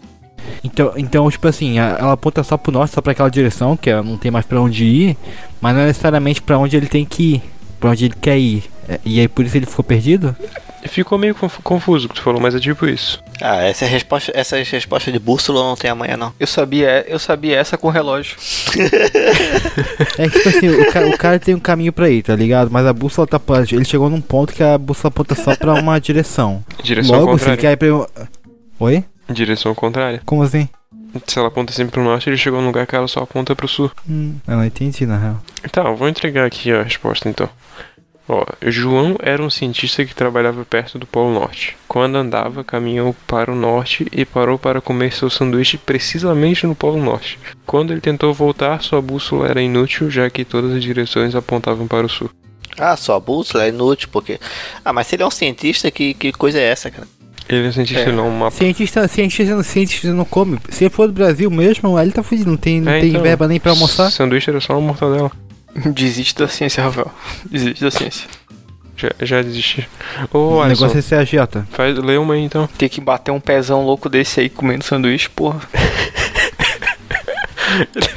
Speaker 4: Então, então tipo assim, a- ela aponta só pro norte, só pra aquela direção, que ela não tem mais pra onde ir, mas não é necessariamente pra onde ele tem que ir, pra onde ele quer ir. É, E aí por isso ele ficou perdido?
Speaker 8: Ficou meio confu- confuso o que tu falou, mas é tipo isso.
Speaker 7: Ah, essa resposta, essa resposta de bússola não tem amanhã, não.
Speaker 2: Eu sabia, eu sabia essa com o relógio.
Speaker 4: É que tipo assim, o, ca- o cara tem um caminho pra ir, tá ligado? Mas a bússola tá. pra- Ele chegou num ponto que a bússola aponta só pra uma direção.
Speaker 8: Direção
Speaker 4: Logo, se ele
Speaker 8: contrária.
Speaker 4: quer ir pra. Oi?
Speaker 8: Direção contrária.
Speaker 4: Como assim?
Speaker 8: Se ela aponta sempre pro norte, ele chegou num lugar que ela só aponta pro sul.
Speaker 4: Hum, eu não entendi, na real.
Speaker 8: Tá, eu vou entregar aqui a resposta então. Ó, João era um cientista que trabalhava perto do Polo Norte. Quando andava, caminhou para o norte e parou para comer seu sanduíche precisamente no Polo Norte. Quando ele tentou voltar, sua bússola era inútil, já que todas as direções apontavam para o sul.
Speaker 7: Ah, sua bússola é inútil, porque. Ah, mas se ele é um cientista, que, que coisa é essa, cara?
Speaker 8: Ele é um cientista, não um mapa.
Speaker 4: Cientista, cientista, não- cientista não come. Se ele for do Brasil mesmo, aí ele tá fudido. Não tem, não
Speaker 8: É,
Speaker 4: tem
Speaker 8: então,
Speaker 4: verba nem pra almoçar.
Speaker 8: Sanduíche era só uma mortadela.
Speaker 2: Desiste da ciência, Rafael. Desiste da ciência. Um
Speaker 8: Já, já desisti. Ô,
Speaker 4: o
Speaker 8: Alisson,
Speaker 4: negócio é ser agiota.
Speaker 8: faz, lê uma aí então.
Speaker 2: Ter que bater um pezão louco desse aí comendo sanduíche, porra.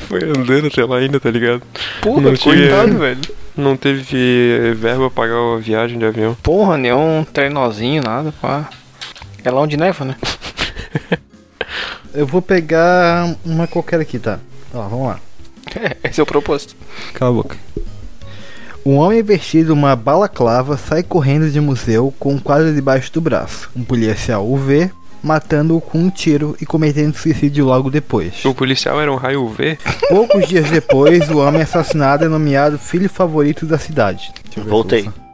Speaker 8: Foi andando até lá ainda, tá ligado?
Speaker 2: Porra,
Speaker 8: Não tinha-
Speaker 2: coitado, velho.
Speaker 8: Não teve verba pra pagar a viagem de avião.
Speaker 2: Porra, nenhum treinozinho, nada, pá. É lá onde neva, né?
Speaker 4: Eu vou pegar uma qualquer aqui, tá? Ó, vamos lá.
Speaker 2: É, esse é o propósito.
Speaker 4: Cala a boca. Um homem vestido uma balaclava sai correndo de museu com um quadro debaixo do braço. Um policial o vê, matando-o com um tiro e cometendo suicídio logo depois.
Speaker 8: O policial era um raio V?
Speaker 4: Poucos dias depois, o homem assassinado é nomeado filho favorito da cidade. Deixa eu ver
Speaker 7: Voltei.
Speaker 4: a solução.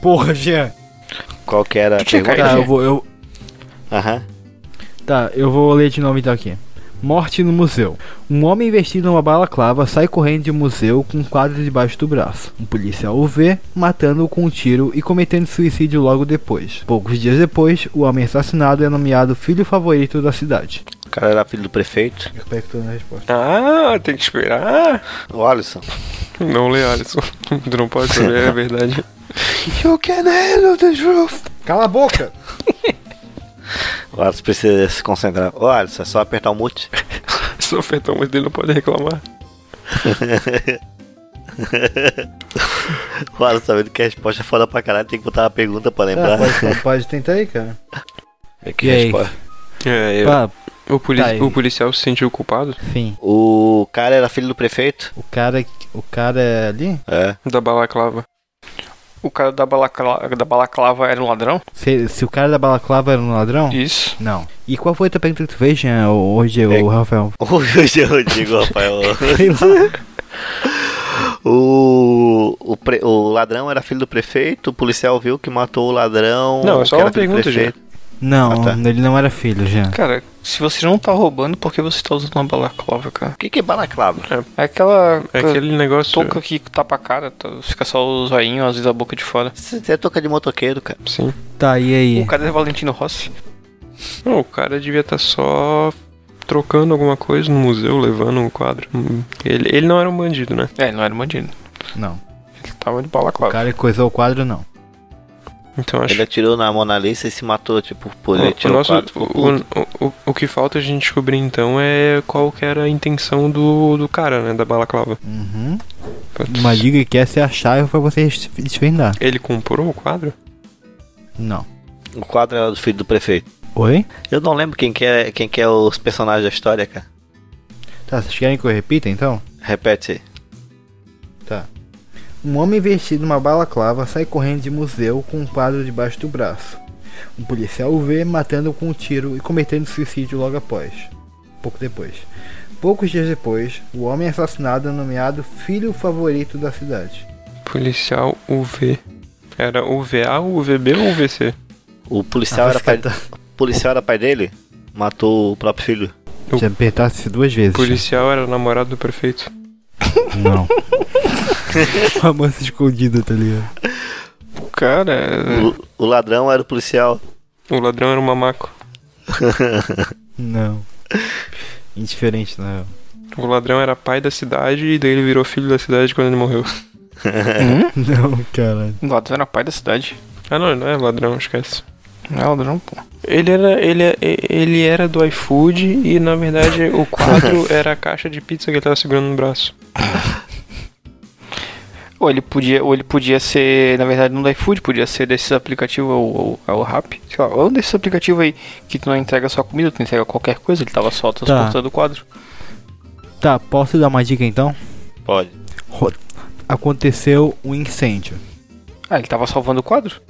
Speaker 4: Porra, Jean.
Speaker 7: Qual que era a
Speaker 2: Que que é,
Speaker 7: pergunta? Ah,
Speaker 2: cara?
Speaker 4: Tá, eu vou, eu,
Speaker 7: Aham.
Speaker 4: Tá, eu vou ler de novo então aqui. Morte no museu. Um homem vestido numa balaclava sai correndo de um museu com um quadro debaixo do braço. Um policial o vê, matando-o com um tiro e cometendo suicídio logo depois. Poucos dias depois, o homem assassinado é nomeado filho favorito da cidade.
Speaker 7: O cara era filho do prefeito.
Speaker 4: na resposta.
Speaker 8: Ah, tem que esperar.
Speaker 7: O Alisson.
Speaker 8: Não lê, Alisson. Tu não pode saber a verdade.
Speaker 7: You can handle the truth.
Speaker 4: Cala a boca!
Speaker 7: O Alisson precisa se concentrar. Ô Alisson, é só apertar o mute.
Speaker 8: Só afetou, mas ele não pode reclamar.
Speaker 7: o Alisson tá vendo que a resposta é foda pra caralho, tem que botar uma pergunta pra lembrar.
Speaker 4: Tá, pode, tentar aí, cara.
Speaker 7: É
Speaker 4: Ah, E aí?
Speaker 8: É, eu-
Speaker 4: Pá,
Speaker 8: o, poli-
Speaker 4: tá aí.
Speaker 8: o policial se sentiu culpado
Speaker 4: sim.
Speaker 7: O cara era filho do prefeito?
Speaker 4: O cara, o cara é ali?
Speaker 7: É.
Speaker 8: da balaclava.
Speaker 2: O cara da balaclava, da balaclava era um ladrão?
Speaker 4: Se, se o cara da balaclava era um ladrão?
Speaker 2: Isso.
Speaker 4: Não. E qual foi a tua pergunta que tu fez, Jean, hoje,
Speaker 8: É
Speaker 4: o Rafael?
Speaker 7: Hoje eu digo, Rafael.
Speaker 4: Sei lá.
Speaker 7: O, o, pre- o ladrão era filho do prefeito, o policial viu que matou o ladrão.
Speaker 8: Não, é só
Speaker 7: que era
Speaker 8: uma
Speaker 7: filho do
Speaker 8: pergunta,
Speaker 7: prefeito.
Speaker 4: Não,
Speaker 7: Ah, tá.
Speaker 4: ele não era filho já.
Speaker 2: Cara, se você não tá roubando, por que você tá usando uma balaclava, cara?
Speaker 7: O que, que é balaclava?
Speaker 2: É aquela
Speaker 8: É aquele negócio.
Speaker 2: touca que tapa a cara, tá- fica só o zoinho, às vezes a boca de fora.
Speaker 7: Você é toca de motoqueiro, cara.
Speaker 8: Sim.
Speaker 4: Tá, e aí?
Speaker 8: Um
Speaker 2: O cara é Valentino Rossi.
Speaker 8: Não, o cara devia estar só trocando alguma coisa no museu, levando um quadro. Hum, Ele, ele não era um bandido, né?
Speaker 2: É, ele não era bandido.
Speaker 4: Não.
Speaker 2: Ele tava de
Speaker 4: O
Speaker 2: balaclava.
Speaker 4: cara que coisou o quadro, não.
Speaker 8: Então acho
Speaker 7: Ele atirou na Mona Lisa e se matou, tipo, por ele
Speaker 8: O, o,
Speaker 7: tirou
Speaker 8: nosso,
Speaker 7: quatro. ficou puto.
Speaker 8: o, o, o que falta a gente descobrir então é qual que era a intenção do, do cara, né? Da balaclava.
Speaker 4: Uhum. Uma liga que essa é a chave pra você des- desvendar.
Speaker 8: Ele comprou o quadro?
Speaker 4: Não.
Speaker 7: O quadro era do filho do prefeito.
Speaker 4: Oi?
Speaker 7: Eu não lembro quem que é, quem que é os personagens da história, cara.
Speaker 4: Tá, vocês querem que eu repita então?
Speaker 7: Repete aí.
Speaker 4: Um homem vestido numa balaclava sai correndo de museu com um quadro debaixo do braço. Um policial o vê matando com um tiro e cometendo suicídio logo após. Pouco depois. Poucos dias depois, o homem assassinado é nomeado filho favorito da cidade.
Speaker 8: Policial UV. Era UVA, UVB ou UVC?
Speaker 7: O policial,
Speaker 4: Ah,
Speaker 7: era
Speaker 4: esse
Speaker 7: pai,
Speaker 4: cara tá-
Speaker 7: o policial era pai dele? Matou o próprio filho.
Speaker 4: Se apertasse duas vezes.
Speaker 8: Policial era namorado do prefeito.
Speaker 4: Não. Romance escondido, tá ligado?
Speaker 3: É.
Speaker 2: Cara,
Speaker 7: O, o ladrão era o policial.
Speaker 8: O ladrão era um mamaco.
Speaker 4: Não. Indiferente, não. é
Speaker 8: O ladrão era pai da cidade e daí ele virou filho da cidade quando ele morreu.
Speaker 4: Não, caralho.
Speaker 2: o ladrão era pai da cidade.
Speaker 8: Ah não, ele não é ladrão, esquece.
Speaker 2: Não é ladrão, pô.
Speaker 8: Ele era, ele, é- ele era do iFood e na verdade o quadro era a caixa de pizza que ele tava segurando no braço.
Speaker 2: Ou ele podia, ou ele podia ser, na verdade, não do iFood, podia ser desses aplicativos, é ou, ou, ou Rap, sei lá, ou desses aplicativos aí que tu não entrega só comida, tu entrega qualquer coisa, ele tava só transportando o quadro.
Speaker 4: Tá, posso dar uma dica então?
Speaker 7: Pode.
Speaker 4: Aconteceu um incêndio.
Speaker 2: Ah, ele tava salvando o quadro?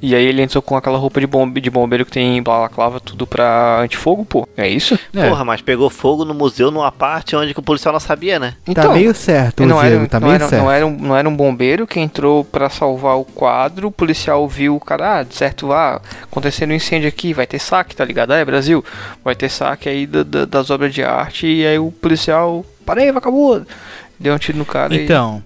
Speaker 2: E aí ele entrou com aquela roupa de, bombe, de bombeiro que tem balaclava tudo pra antifogo, pô. É isso?
Speaker 4: É.
Speaker 7: Porra, mas pegou fogo no museu numa parte onde que o policial não sabia, né?
Speaker 2: Então,
Speaker 4: tá meio certo, o
Speaker 2: não era,
Speaker 4: Zero, tá
Speaker 2: não,
Speaker 4: meio
Speaker 2: era,
Speaker 4: certo.
Speaker 2: não, era um, não era um bombeiro que entrou pra salvar o quadro, o policial viu o cara, ah, de certo, ah, acontecendo um incêndio aqui, vai ter saque, tá ligado? Ah, é Brasil, vai ter saque aí da- da- das obras de arte, e aí o policial, parei, acabou, deu um tiro no cara e-
Speaker 4: Então,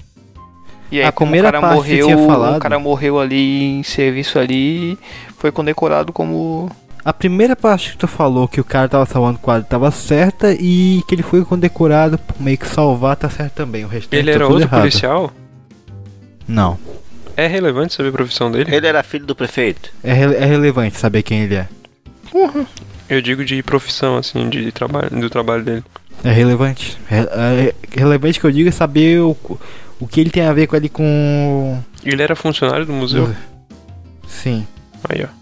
Speaker 2: e aí,
Speaker 4: A
Speaker 2: como o
Speaker 4: primeira
Speaker 2: cara
Speaker 4: parte que
Speaker 2: morreu,
Speaker 4: tinha
Speaker 2: o
Speaker 4: falado-
Speaker 2: cara morreu ali em serviço ali, foi condecorado como
Speaker 4: a primeira parte que tu falou que o cara tava salvando o quadro tava certa e que ele foi condecorado por meio que salvar tá certo também. O restante
Speaker 8: Ele
Speaker 4: tá
Speaker 8: era
Speaker 4: tudo
Speaker 8: outro
Speaker 4: errado.
Speaker 8: policial?
Speaker 4: Não.
Speaker 8: É relevante saber a profissão dele?
Speaker 7: Ele era filho do prefeito.
Speaker 4: É, rele- é relevante saber quem ele é.
Speaker 8: Eu digo de profissão, assim, de trabalho, do trabalho dele.
Speaker 4: É relevante. É, é relevante que eu digo é saber o, o que ele tem a ver com ele com.
Speaker 8: Ele era funcionário do museu?
Speaker 4: Sim.
Speaker 8: Aí, ó.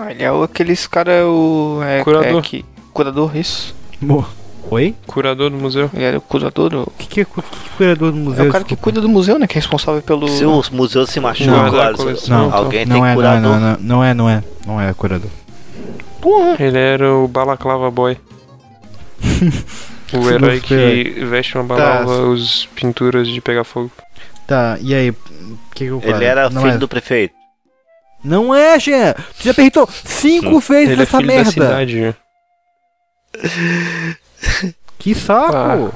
Speaker 2: Ah, ele é o- aqueles cara o é,
Speaker 8: Curador.
Speaker 2: é que- curador isso.
Speaker 4: Mo- Oi?
Speaker 8: Curador do museu.
Speaker 2: Ele era o curador, o,
Speaker 4: O que, que é cu- que curador do
Speaker 2: é
Speaker 4: museu?
Speaker 2: o cara que cuida do museu, né, que é responsável pelo
Speaker 7: Se o museu se machuca,
Speaker 4: Não.
Speaker 7: claro,
Speaker 4: Não.
Speaker 7: alguém
Speaker 4: não,
Speaker 7: tem
Speaker 4: é,
Speaker 7: que
Speaker 4: não
Speaker 7: curar
Speaker 4: é,
Speaker 7: do-
Speaker 4: não, não, não é, não é. Não é curador.
Speaker 8: Ele era o Balaclava Boy. o herói que veste uma
Speaker 7: Tá.
Speaker 8: balaclava, os pinturas de pegar fogo.
Speaker 4: Tá, e aí? O que, que eu falo?
Speaker 7: Ele era
Speaker 4: não
Speaker 7: filho
Speaker 4: é.
Speaker 7: do prefeito.
Speaker 4: Não é, Jean! Tu já perguntou cinco vezes
Speaker 8: Ele é
Speaker 4: essa
Speaker 8: filho da
Speaker 4: merda!
Speaker 8: cidade.
Speaker 4: que saco!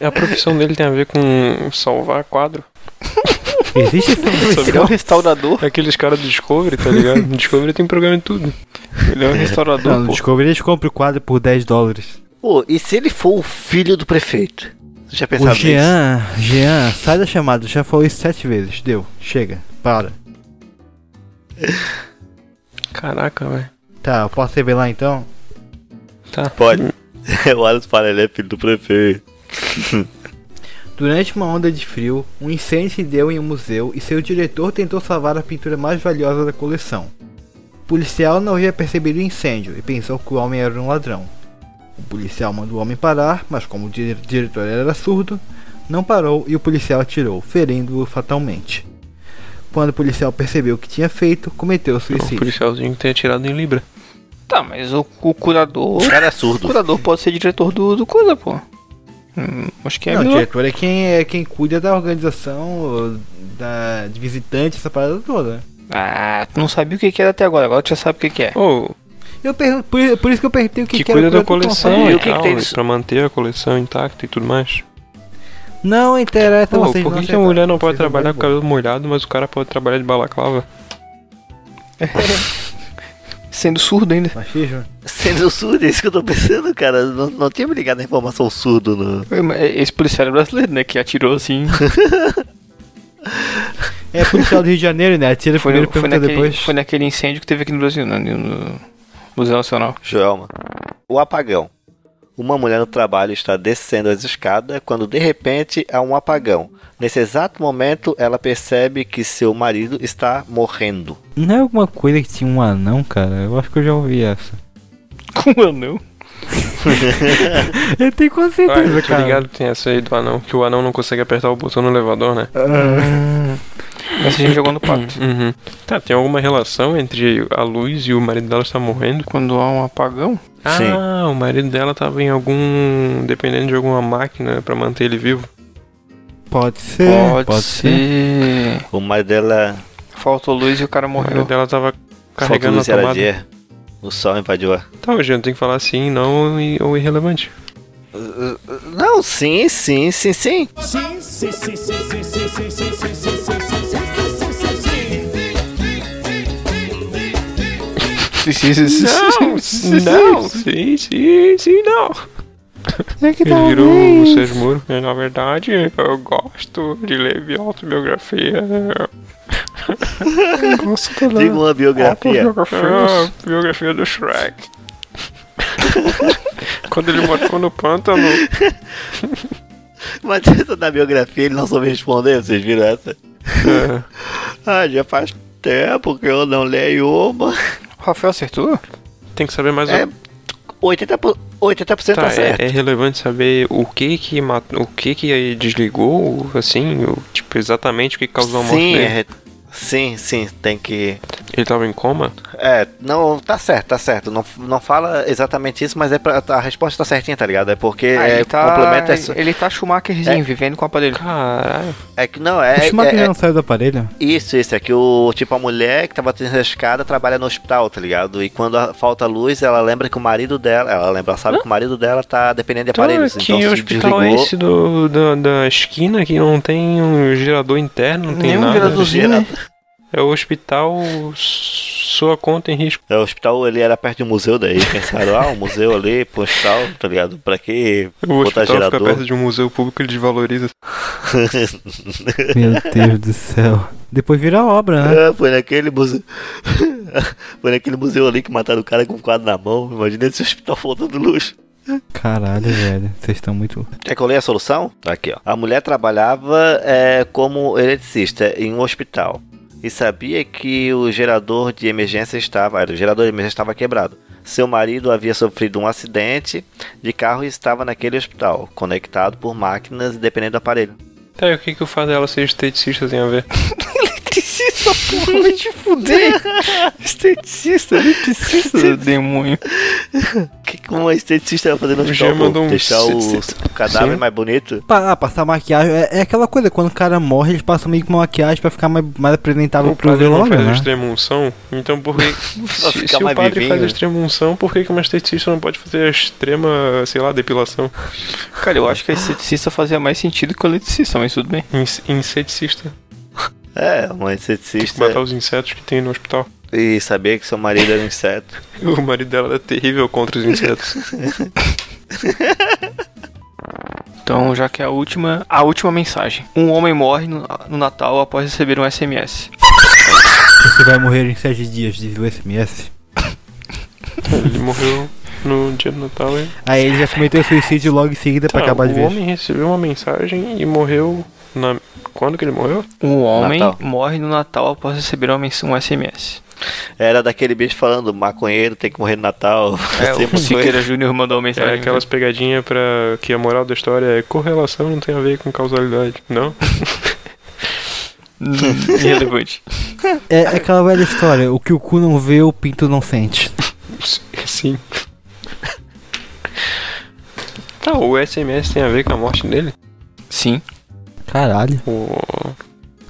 Speaker 8: A profissão dele tem a ver com salvar quadro. Ah.
Speaker 4: Existe essa
Speaker 2: Ele é um
Speaker 4: profissão?
Speaker 2: restaurador.
Speaker 8: Aqueles caras do Discovery, tá ligado? Discovery tem programa de tudo.
Speaker 2: Ele é um restaurador,
Speaker 4: Não, no
Speaker 2: pô.
Speaker 4: Discovery eles compram o quadro por 10 dólares.
Speaker 7: Pô, e se ele for o filho do prefeito? Você já pensava
Speaker 4: O
Speaker 7: nisso?
Speaker 4: Jean, Jean, sai da chamada, já falou isso sete vezes. Deu, chega, para.
Speaker 8: Caraca, velho.
Speaker 4: Tá, eu posso revelar então?
Speaker 8: Tá.
Speaker 7: Pode. o Wallace fala, ele é filho do prefeito.
Speaker 4: Durante uma onda de frio, um incêndio se deu em um museu e seu diretor tentou salvar a pintura mais valiosa da coleção. O policial não havia percebido o incêndio e pensou que o homem era um ladrão. O policial mandou o homem parar, mas como o dire- diretor era surdo, não parou e o policial atirou, ferindo-o fatalmente. Quando o policial percebeu o que tinha feito, cometeu
Speaker 8: O
Speaker 4: suicídio.
Speaker 8: policialzinho que tem atirado em Libra.
Speaker 2: Tá, mas o, o curador,
Speaker 7: O cara é
Speaker 2: o
Speaker 7: surdo.
Speaker 2: curador pode ser diretor do, do coisa, pô. Hum, acho que é
Speaker 4: Não, o
Speaker 2: melhor.
Speaker 4: diretor é quem, é quem cuida da organização, da, de visitante, essa parada toda. né?
Speaker 2: Ah, tu não sabia o que que era até agora, agora tu já sabe o que que é.
Speaker 8: Ô,
Speaker 4: Eu pergunto, por, por isso que eu perguntei o que,
Speaker 8: que,
Speaker 4: que
Speaker 8: cuida
Speaker 4: era
Speaker 8: da
Speaker 4: curador,
Speaker 8: coleção
Speaker 7: E
Speaker 8: e
Speaker 7: o que que
Speaker 8: tal,
Speaker 7: tem
Speaker 8: e
Speaker 7: disso?
Speaker 8: pra manter a coleção intacta e tudo mais.
Speaker 4: Não interessa
Speaker 8: Pô,
Speaker 4: vocês
Speaker 8: por
Speaker 4: não
Speaker 8: que, que a
Speaker 4: aceitarem.
Speaker 8: mulher não pode
Speaker 4: Vocês
Speaker 8: trabalhar com
Speaker 4: vão ver,
Speaker 8: cabelo molhado, mas o cara pode trabalhar de balaclava?
Speaker 2: Sendo surdo ainda.
Speaker 4: pô. Machismo?
Speaker 7: Sendo surdo, é isso que eu tô pensando, cara. Não, não tinha me ligado na informação surdo no.
Speaker 2: é, Esse policial era brasileiro, né, que atirou assim...
Speaker 4: É policial do Rio de Janeiro, né? Atira
Speaker 2: Foi,
Speaker 4: primeiro,
Speaker 2: no, foi,
Speaker 4: pergunta
Speaker 2: naquele,
Speaker 4: depois.
Speaker 2: foi naquele incêndio que teve aqui no Brasil, né, no, no Museu Nacional.
Speaker 7: Joelma. O apagão. Uma mulher no trabalho está descendo as escadas quando de repente há um apagão. Nesse exato momento, ela percebe que seu marido está morrendo.
Speaker 4: Não é alguma coisa que tinha um anão, cara? Eu acho que eu já ouvi essa.
Speaker 2: Com o anão.
Speaker 4: Eu tenho quase
Speaker 8: Ah,
Speaker 4: certeza,
Speaker 8: eu tô
Speaker 4: cara.
Speaker 8: ligado que tem essa aí do anão, que o anão não consegue apertar o botão no elevador, né?
Speaker 4: É.
Speaker 2: Essa gente jogou no pato.
Speaker 8: Uhum. Tá, tem alguma relação entre a luz e o marido dela estar morrendo?
Speaker 2: Quando há um apagão,
Speaker 7: Sim.
Speaker 8: Ah, o marido dela tava em algum. dependendo de alguma máquina pra manter ele vivo.
Speaker 4: Pode ser. É, Pode,
Speaker 2: pode ser.
Speaker 7: O marido dela
Speaker 2: Faltou luz e o cara
Speaker 8: O marido
Speaker 2: morreu.
Speaker 8: dela tava carregando
Speaker 7: Carregando
Speaker 8: a tomada.
Speaker 7: dia. O sol invadiu a...
Speaker 8: Tá, hoje eu tenho que falar sim, não e- ou irrelevante.
Speaker 7: Não, sim, sim, sim, sim.
Speaker 8: Não, não, sim, sim, sim, não.
Speaker 4: É que
Speaker 8: Ele virou o Sérgio Moro. E, Na verdade, eu gosto de ler minha autobiografia.
Speaker 7: Diga uma biografia.
Speaker 8: Ah, biografia do Shrek. Quando ele morou no pântano,
Speaker 7: Mas essa da biografia ele não soube responder, vocês viram essa?
Speaker 8: é,
Speaker 7: Ah, já faz tempo que eu não leio uma.
Speaker 2: O Rafael acertou?
Speaker 8: tem que saber mais
Speaker 7: É,
Speaker 8: o
Speaker 7: 80%, po- 80 tá,
Speaker 8: Tá, é,
Speaker 7: certo.
Speaker 8: é relevante saber o que que matou, o que que aí desligou, assim, o, tipo, explica exatamente o que
Speaker 3: um
Speaker 8: causou a morte
Speaker 7: Sim,
Speaker 8: dele.
Speaker 7: é, sim, sim, tem que.
Speaker 8: Ele tava em coma?
Speaker 7: É, não, tá certo, tá certo. Não, não fala exatamente isso, mas é pra, a resposta tá certinha, tá ligado? É porque
Speaker 2: Ah,
Speaker 7: é,
Speaker 2: ele, tá,
Speaker 7: complementa essa.
Speaker 2: ele tá Schumacherzinho, vivendo com o aparelho.
Speaker 8: Caralho.
Speaker 7: É que não, é,
Speaker 4: o Schumacher
Speaker 7: é- é-
Speaker 4: não saiu do aparelho?
Speaker 7: Isso, isso. É que o tipo a mulher que tá batendo a escada trabalha no hospital, tá ligado? E quando a- falta luz, ela lembra que o marido dela. Ela lembra, ela sabe que o marido dela tá dependendo de
Speaker 8: Então,
Speaker 7: aparelhos.
Speaker 8: que
Speaker 7: então se
Speaker 8: hospital é
Speaker 7: desligou.
Speaker 8: esse do, da, da esquina que não tem um gerador interno, não tem
Speaker 2: Nenhum
Speaker 8: nada?
Speaker 2: geradorzinho, né?
Speaker 8: É o hospital sua conta em risco.
Speaker 7: É, O hospital ele era perto de um museu daí. Pensaram, ah, um museu ali, pro hospital, tá ligado? Pra que
Speaker 8: O
Speaker 7: botar
Speaker 8: hospital fica
Speaker 7: gerador?
Speaker 8: perto de um museu público, ele desvaloriza.
Speaker 4: Meu Deus do céu. Depois vira obra, né?
Speaker 7: Ah, foi naquele museu. foi naquele museu ali que mataram o cara com um quadro na mão. Imagina esse hospital faltando luz.
Speaker 4: Caralho, velho. Vocês estão muito.
Speaker 7: Quer que eu leia a solução? Tá aqui, ó. A mulher trabalhava é, como eletricista em um hospital e sabia que o gerador de emergência estava, era, o gerador de emergência estava quebrado. Seu marido havia sofrido um acidente de carro e estava naquele hospital, conectado por máquinas e dependendo do aparelho.
Speaker 8: Tá, e o que que o fato dela ser esteticista tem a ver?
Speaker 2: Eletricista, porra, vai te fuder. Esteticista, eletricista, demônio.
Speaker 7: O que que um esteticista vai fazer no
Speaker 8: Já
Speaker 7: hospital? pô?
Speaker 8: mandou um
Speaker 7: Deixar o,
Speaker 8: esteticista.
Speaker 7: o cadáver
Speaker 8: Sim.
Speaker 7: mais bonito?
Speaker 4: Pa- ah, passar maquiagem. É, é aquela coisa, quando o cara morre, eles passam meio que uma maquiagem pra ficar mais, mais apresentável
Speaker 8: O
Speaker 4: pro
Speaker 8: padre não
Speaker 4: velório,
Speaker 8: faz
Speaker 4: né?
Speaker 8: a extremunção, então por que. se
Speaker 7: ficar
Speaker 8: se o
Speaker 7: mais
Speaker 8: padre
Speaker 7: vivinho.
Speaker 8: faz a extremunção, por que, que uma esteticista não pode fazer a extrema, sei lá, depilação?
Speaker 2: Cara, eu acho que a esteticista fazia mais sentido que o eletricista, mas tudo bem.
Speaker 8: Inse- Inseticista.
Speaker 7: É, um esteticista.
Speaker 8: Matar os insetos que tem no hospital.
Speaker 7: E saber que seu marido era um inseto.
Speaker 8: O marido dela era terrível contra os insetos.
Speaker 2: Então, já que é a última, a última mensagem. Um homem morre no, no Natal após receber um SMS.
Speaker 4: Você vai morrer em 7 dias, diz o SMS.
Speaker 8: Ele morreu no dia do Natal e.
Speaker 4: Aí ele já cometeu suicídio logo em seguida pra
Speaker 8: Tá,
Speaker 4: acabar de
Speaker 8: o
Speaker 4: vez.
Speaker 8: homem recebeu uma mensagem e morreu na. Quando que ele morreu?
Speaker 2: Um homem
Speaker 7: Natal.
Speaker 2: morre no Natal após receber uma mens- um SMS.
Speaker 7: Era daquele bicho falando, maconheiro tem que morrer no Natal.
Speaker 2: É, o
Speaker 7: Sempre foi.
Speaker 2: Siqueira Júnior mandou uma
Speaker 8: É
Speaker 2: mensagem.
Speaker 8: aquelas pegadinhas pra. que a moral da história é correlação não tem a ver com causalidade. Não?
Speaker 2: Irrelevante.
Speaker 4: É, é aquela velha história, o que o cu não vê, o pinto não sente.
Speaker 8: Sim. Tá, o SMS tem a ver com a morte dele?
Speaker 2: Sim.
Speaker 4: Caralho.
Speaker 8: O...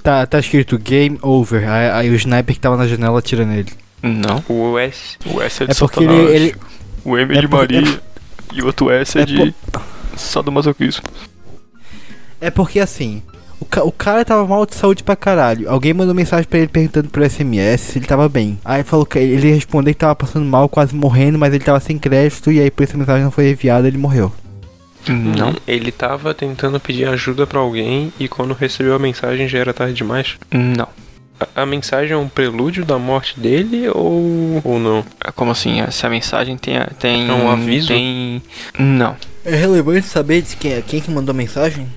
Speaker 4: Tá, tá escrito game over, aí, aí o sniper que tava na janela atira nele.
Speaker 2: Não.
Speaker 8: O S.
Speaker 2: O S é de
Speaker 4: É porque ele...
Speaker 2: Satanás.
Speaker 4: ele-
Speaker 2: O M é,
Speaker 4: é
Speaker 2: de
Speaker 4: por-
Speaker 2: Maria. E o outro S é,
Speaker 4: é
Speaker 2: de. Sadomasoquismo.
Speaker 4: é porque assim, o, ca- o cara tava mal de saúde pra caralho. Alguém mandou mensagem pra ele perguntando por SMS se ele tava bem. Aí falou que ele ele respondeu que tava passando mal, quase morrendo, mas ele tava sem crédito, e aí por isso a mensagem não foi enviada, ele morreu.
Speaker 2: Não.
Speaker 8: Ele tava tentando pedir ajuda pra alguém e quando recebeu a mensagem já era tarde demais.
Speaker 2: Não.
Speaker 8: A, a mensagem é um prelúdio da morte dele ou. ou não?
Speaker 2: É Como assim? Se a mensagem tem. a- tem
Speaker 8: É um aviso?
Speaker 2: Hum, Tem. Não.
Speaker 4: É relevante saber de quem é, quem que mandou a mensagem?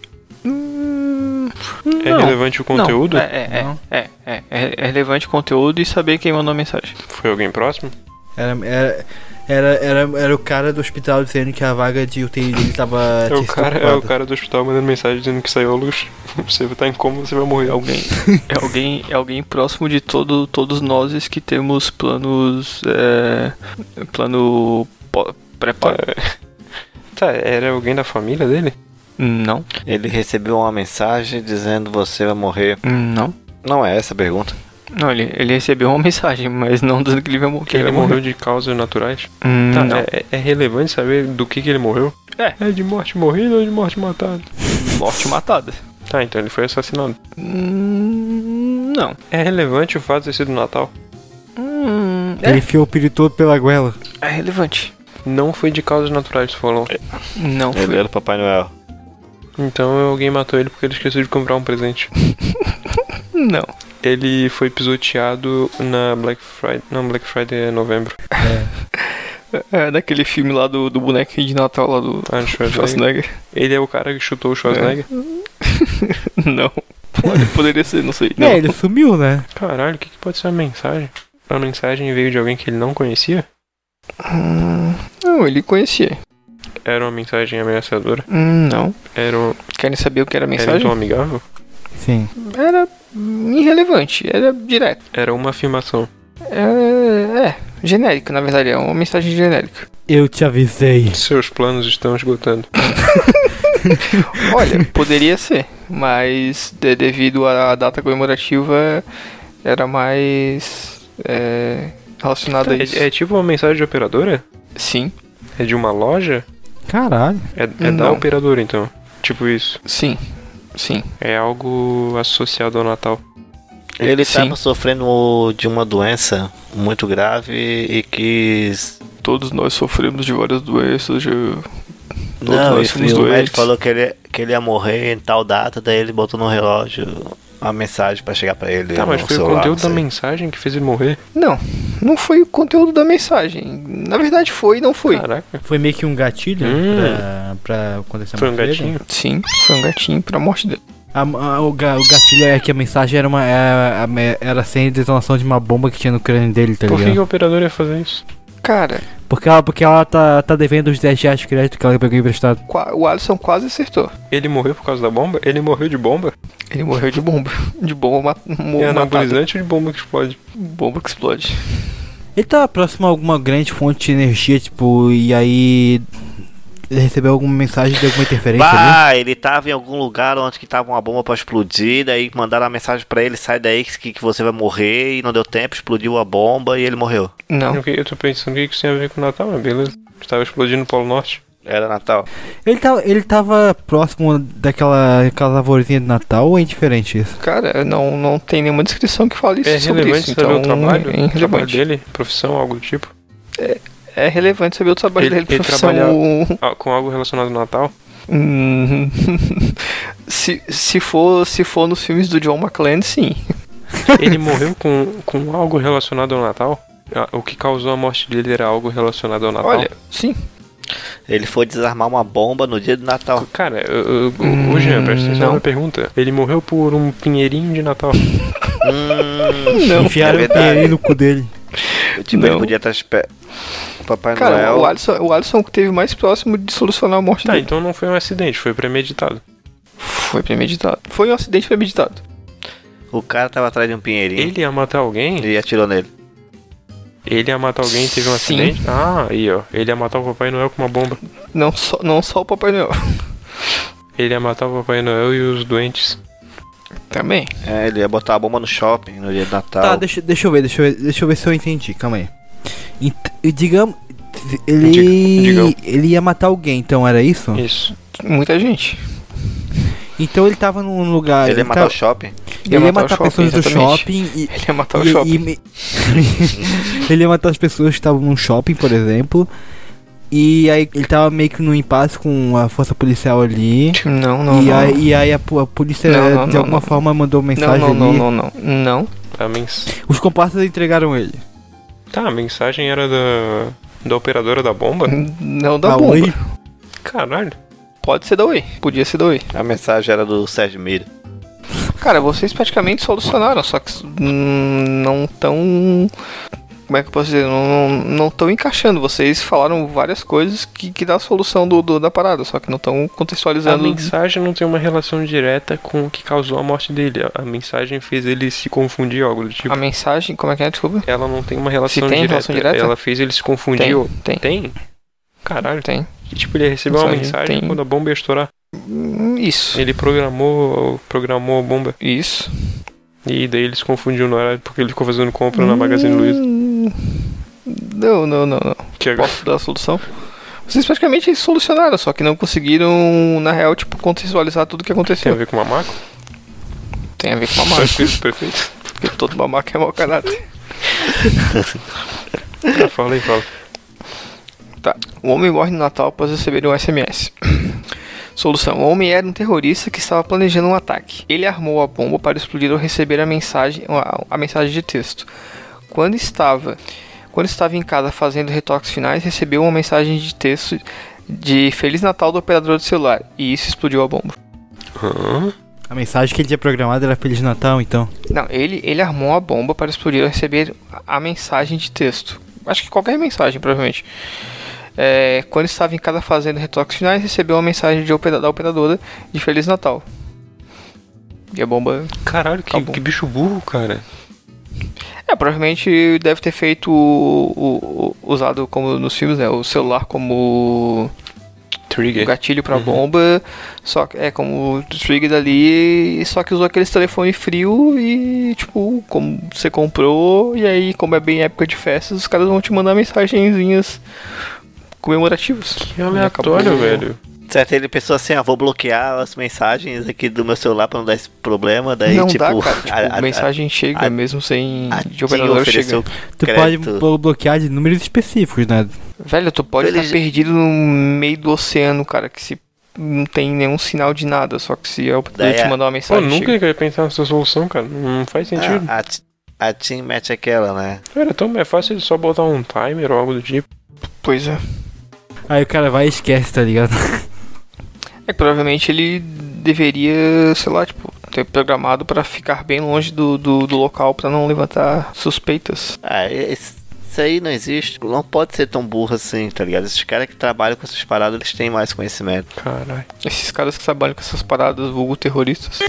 Speaker 8: É
Speaker 2: Não.
Speaker 8: relevante o
Speaker 2: Não,
Speaker 8: conteúdo?
Speaker 2: é, é, é, é, é, é, é relevante o conteúdo e saber quem mandou a mensagem.
Speaker 8: Foi alguém próximo?
Speaker 4: Era, era, era, era, era o cara do hospital dizendo que a vaga de UTI dele tava.
Speaker 8: É o, cara, é o cara do hospital mandando mensagem dizendo que saiu a luz. Você tá em coma, você vai morrer.
Speaker 2: Alguém, é alguém, é alguém próximo de todo, todos nós que temos planos, é, plano pó- pré-pago.
Speaker 8: Tá, era alguém da família dele?
Speaker 2: Não,
Speaker 7: Ele recebeu uma mensagem dizendo você vai morrer.
Speaker 2: não,
Speaker 7: Não é essa a pergunta.
Speaker 2: não. Ele, ele recebeu uma mensagem, mas não dizendo que ele vai morrer.
Speaker 8: Que ele morreu de causas naturais?
Speaker 2: Hum,
Speaker 8: Tá,
Speaker 2: não.
Speaker 8: é, é- é relevante saber do que, que ele morreu?
Speaker 2: É.
Speaker 8: É de morte morrida ou de morte matada?
Speaker 2: Morte matada.
Speaker 8: Tá, então ele foi assassinado.
Speaker 2: Hum, não.
Speaker 8: É relevante o fato de ter sido Natal?
Speaker 2: Hum,
Speaker 4: Ele enfiou o peru todo pela goela.
Speaker 2: é, é relevante.
Speaker 8: Não foi de causas naturais, tu falou.
Speaker 2: Não
Speaker 7: Ele
Speaker 2: foi.
Speaker 7: era o Papai Noel.
Speaker 8: Então alguém matou ele porque ele esqueceu de comprar um presente.
Speaker 2: Não.
Speaker 8: Ele foi pisoteado na Black Friday. Não, Black Friday é novembro.
Speaker 2: É daquele filme lá do, do bonequinho de Natal lá do
Speaker 8: Ah, Schwarzenegger.
Speaker 2: Schwarzenegger.
Speaker 8: Ele é o cara que chutou o Schwarzenegger.
Speaker 2: Não. Pode- Poderia ser, não sei. Não.
Speaker 4: É, ele sumiu, né?
Speaker 8: Caralho, o que, que pode ser a mensagem? A mensagem veio de alguém que ele não conhecia?
Speaker 2: Hum, Não, ele conhecia.
Speaker 8: Era uma mensagem ameaçadora?
Speaker 2: Hum, Não.
Speaker 8: Era, um-
Speaker 2: Querem saber o que era a
Speaker 8: era
Speaker 2: mensagem?
Speaker 8: então amigável?
Speaker 4: Sim.
Speaker 2: era irrelevante, era direto.
Speaker 3: Era uma afirmação.
Speaker 2: É, é, genérica, na verdade, é uma mensagem genérica.
Speaker 4: Eu te avisei.
Speaker 3: Seus planos estão esgotando.
Speaker 2: Olha, poderia ser, mas de- devido à data comemorativa, era mais é, relacionada a isso.
Speaker 3: É, é tipo uma mensagem de operadora?
Speaker 2: Sim,
Speaker 3: É de uma loja?
Speaker 4: Caralho.
Speaker 3: É, é da
Speaker 2: Não.
Speaker 3: operadora, então. Tipo isso.
Speaker 2: sim, sim.
Speaker 3: É algo associado ao Natal.
Speaker 7: Ele
Speaker 2: Sim.
Speaker 7: estava sofrendo de uma doença muito grave e quis.
Speaker 2: Todos nós sofremos de várias doenças. De... Todos
Speaker 7: Não,
Speaker 2: nós
Speaker 7: isso,
Speaker 2: somos
Speaker 7: o
Speaker 2: doentes.
Speaker 7: médico falou que ele, que ele ia morrer em tal data, daí ele botou no relógio a mensagem pra chegar pra ele.
Speaker 3: Tá, mas
Speaker 7: no
Speaker 3: foi o
Speaker 7: celular,
Speaker 3: conteúdo da
Speaker 7: não sei.
Speaker 3: mensagem que fez ele morrer?
Speaker 2: Não, não foi o conteúdo da mensagem. Na verdade, foi e não foi.
Speaker 3: Caraca.
Speaker 4: Foi meio que um gatilho
Speaker 3: Hum.
Speaker 4: pra, pra acontecer
Speaker 3: Foi um
Speaker 4: uma treta.
Speaker 3: gatinho?
Speaker 2: Sim, foi um gatinho pra morte dele.
Speaker 4: A- a- o, ga- o gatilho é que a mensagem era uma. Era, a- era sem detonação de uma bomba que tinha no crânio dele, tá
Speaker 3: Por que, que
Speaker 4: ligado?
Speaker 3: a operadora ia fazer isso?
Speaker 2: Cara,
Speaker 4: Porque ela, porque ela tá, tá devendo os 10 reais de crédito que ela pegou emprestado.
Speaker 2: qua- o Alisson quase acertou.
Speaker 3: Ele morreu por causa da bomba? Ele morreu de bomba?
Speaker 2: Ele morreu de bomba. De bomba, ma- mo-
Speaker 3: é
Speaker 2: matada.
Speaker 3: anabolizante ou de bomba que explode?
Speaker 2: Bomba que explode.
Speaker 4: Ele tá próximo a alguma grande fonte de energia, tipo, e aí. Ele recebeu alguma mensagem de alguma interferência ali?
Speaker 7: Bah, ele tava em algum lugar onde que tava uma bomba pra explodir, daí mandaram a mensagem pra ele, sai daí que, que você vai morrer, e não deu tempo, explodiu a bomba e ele morreu.
Speaker 2: Não,
Speaker 3: Eu, eu tô pensando o que que isso tem a ver com o Natal, mas beleza. Estava explodindo o Polo Norte.
Speaker 7: Era Natal.
Speaker 4: Ele tava, ele tava próximo daquela aquela lavourinha de Natal ou é indiferente isso?
Speaker 2: cara, não, não tem nenhuma descrição que fale
Speaker 3: É
Speaker 2: sobre
Speaker 3: relevante
Speaker 2: isso.
Speaker 3: saber
Speaker 2: Então,
Speaker 3: o trabalho,
Speaker 2: é
Speaker 3: o trabalho
Speaker 2: relevante.
Speaker 3: dele, profissão, algo do tipo.
Speaker 2: É relevante saber o trabalho
Speaker 3: Ele-
Speaker 2: dele.
Speaker 3: ele
Speaker 2: profissão.
Speaker 3: trabalha- Ah, Com algo relacionado ao Natal.
Speaker 2: Hum, se, se, for, se for nos filmes do John McClane, sim.
Speaker 3: Ele morreu com, com algo relacionado ao Natal? Ah, O que causou a morte dele era algo relacionado ao Natal?
Speaker 2: Olha, sim.
Speaker 7: Ele foi desarmar uma bomba no dia do Natal.
Speaker 3: Cara, eu- eu- ô Jean, presta atenção
Speaker 2: não.
Speaker 3: na pergunta. Ele morreu por um pinheirinho de Natal.
Speaker 7: hum,
Speaker 2: Não.
Speaker 4: Enfiaram
Speaker 7: é
Speaker 4: o
Speaker 7: verdade.
Speaker 4: pinheirinho no cu dele.
Speaker 7: tipo, ele
Speaker 2: Não.
Speaker 7: podia estar espe... Papai
Speaker 2: Cara, o
Speaker 7: Noel.
Speaker 2: Alisson, o Alisson que teve mais próximo de solucionar a morte
Speaker 3: Tá,
Speaker 2: dele.
Speaker 3: então não foi um acidente, foi premeditado.
Speaker 2: Foi premeditado. Foi um acidente premeditado.
Speaker 7: O cara tava atrás de um pinheirinho
Speaker 3: Ele ia matar alguém?
Speaker 7: e atirou nele.
Speaker 3: Ele ia matar alguém e teve um
Speaker 2: Sim.
Speaker 3: acidente? Ah, aí ó. Ele ia matar o Papai Noel com uma bomba.
Speaker 2: Não só, não só o Papai Noel.
Speaker 3: Ele ia matar o Papai Noel e os doentes.
Speaker 2: Também.
Speaker 7: É, ele ia botar a bomba no shopping no dia do Natal.
Speaker 4: Tá, deixa, deixa eu ver, deixa eu ver, deixa eu ver se eu entendi, calma aí. Ent- e digamos. Ele.
Speaker 3: Diga- digam.
Speaker 4: Ele ia matar alguém, então era isso?
Speaker 3: Isso.
Speaker 2: Muita gente.
Speaker 4: Então ele tava num lugar.
Speaker 7: ele ia matar
Speaker 4: tava-
Speaker 7: o shopping.
Speaker 4: ele ia matar pessoas do shopping e.
Speaker 2: Ele ia matar o
Speaker 4: e-
Speaker 2: shopping.
Speaker 4: e me- ele ia matar as pessoas que estavam num shopping, por exemplo. E aí ele tava meio que num impasse com a força policial ali.
Speaker 2: Tipo, Não, não,
Speaker 4: e,
Speaker 2: não.
Speaker 4: Aí, e aí a, po- a polícia
Speaker 2: Não, não,
Speaker 4: de
Speaker 2: não,
Speaker 4: alguma
Speaker 2: não.
Speaker 4: forma mandou
Speaker 2: Não,
Speaker 4: mensagem
Speaker 2: não, não,
Speaker 4: ali.
Speaker 2: não, não. Não.
Speaker 3: A mens...
Speaker 4: Os comparsas entregaram ele.
Speaker 3: Tá, a mensagem era da. da operadora da bomba?
Speaker 2: Não da
Speaker 4: Ah,
Speaker 2: bomba.
Speaker 4: oi?
Speaker 3: Caralho.
Speaker 2: Pode ser da Way. Podia ser da Way.
Speaker 7: A mensagem era do Sérgio Mira.
Speaker 2: Cara, vocês praticamente solucionaram, só que hum, não tão. Como é que eu posso dizer? Não não estão encaixando. Vocês falaram várias coisas que, que dá a solução do, do- da parada, só que não estão
Speaker 3: A
Speaker 2: contextualizando.
Speaker 3: mensagem não tem uma relação direta com o que causou a morte dele. A- A mensagem fez ele se confundir, algo do tipo.
Speaker 2: A mensagem, como é que é? Desculpa.
Speaker 3: Ela não tem uma relação,
Speaker 2: Se tem
Speaker 3: direta.
Speaker 2: relação direta?
Speaker 3: Ela fez ele se
Speaker 2: Tem,
Speaker 3: confundir.
Speaker 2: tem,
Speaker 3: Tem? Caralho.
Speaker 2: tem.
Speaker 3: E, tipo, ele recebeu uma
Speaker 2: Mensagem,
Speaker 3: mensagem
Speaker 2: tem.
Speaker 3: quando a bomba ia estourar.
Speaker 2: Hum, Isso,
Speaker 3: Ele programou, programou a bomba.
Speaker 2: isso.
Speaker 3: E daí ele se confundiu no horário porque ele ficou fazendo compra na Magazine Luiza.
Speaker 2: Hum, Não, não, não, não.
Speaker 3: Que agora...
Speaker 2: Posso dar a solução? Vocês praticamente solucionaram, só que não conseguiram, na real, tipo, contextualizar tudo o que
Speaker 3: Tem a
Speaker 2: aconteceu.
Speaker 3: ver com o mamaco?
Speaker 2: Tem a ver com a marca,
Speaker 3: Perfeito, perfeito.
Speaker 2: porque todo babaca é mau caráter.
Speaker 3: Tá, fala aí, fala.
Speaker 2: O Um homem morre no Natal após receber um SMS. Solução: O homem era um terrorista que estava planejando um ataque. Ele armou a bomba para explodir ao receber a mensagem, a, a mensagem de texto. Quando estava, quando estava em casa fazendo retoques finais, recebeu uma mensagem de texto de Feliz Natal do operador do celular e isso explodiu a bomba.
Speaker 3: Hã?
Speaker 4: A mensagem que ele tinha programado era Feliz Natal, então.
Speaker 2: Não, ele ele armou a bomba para explodir ao receber a mensagem de texto. Acho que qualquer mensagem, provavelmente. É, quando estava em casa fazendo retoques finais, recebeu uma mensagem de opera- da operadora de Feliz Natal. E a bomba.
Speaker 8: Caralho, que,
Speaker 2: Acabou.
Speaker 8: que bicho burro, cara.
Speaker 2: É, provavelmente deve ter feito. o- o- o- usado como nos filmes, né? O celular como. o
Speaker 8: Trigger.
Speaker 2: gatilho pra bomba, só que é como o trigger dali, só que usou aqueles telefone frio e tipo, como você comprou, e aí como é bem época de festas, os caras vão te mandar mensagenzinhas comemorativas.
Speaker 8: Que aleatório, velho.
Speaker 7: Certo, ele pensou assim, ah, vou bloquear as mensagens aqui do meu celular pra não dar esse problema, daí
Speaker 2: não
Speaker 7: tipo...
Speaker 2: dá, cara. Tipo,
Speaker 7: a- a-
Speaker 2: mensagem chega,
Speaker 5: Ah,
Speaker 7: a-
Speaker 2: mesmo sem
Speaker 8: Ah.
Speaker 7: a- a
Speaker 2: de
Speaker 7: Tim
Speaker 2: operador
Speaker 7: ofereceu
Speaker 2: chega.
Speaker 4: Tu
Speaker 7: crédito.
Speaker 4: pode blo- bloquear de números específicos, né?
Speaker 2: Velho, tu pode
Speaker 7: Ele
Speaker 2: estar
Speaker 7: já-
Speaker 2: perdido no meio do oceano, cara, que se não tem nenhum sinal de nada, só que se eu
Speaker 7: Daí
Speaker 2: te
Speaker 7: a-
Speaker 2: mandar uma
Speaker 8: Pô,
Speaker 2: mensagem,
Speaker 8: nunca
Speaker 2: chega.
Speaker 8: ia pensar nessa solução, cara. Não faz sentido.
Speaker 7: Ah, a, Ti- a Tim mete aquela, né?
Speaker 8: Cara, então é fácil ele só botar um timer ou algo do tipo.
Speaker 2: Pois é.
Speaker 4: Aí o cara vai e esquece, tá ligado?
Speaker 2: É que provavelmente ele deveria, sei lá, tipo, ter programado pra ficar bem longe do, do, do local pra não levantar suspeitas.
Speaker 7: Ah, esse- isso aí não existe, não pode ser tão burro assim, tá ligado? Esses caras que trabalham com essas paradas, eles têm mais conhecimento.
Speaker 8: Caralho.
Speaker 2: Esses caras que trabalham com essas paradas, vulgo terroristas.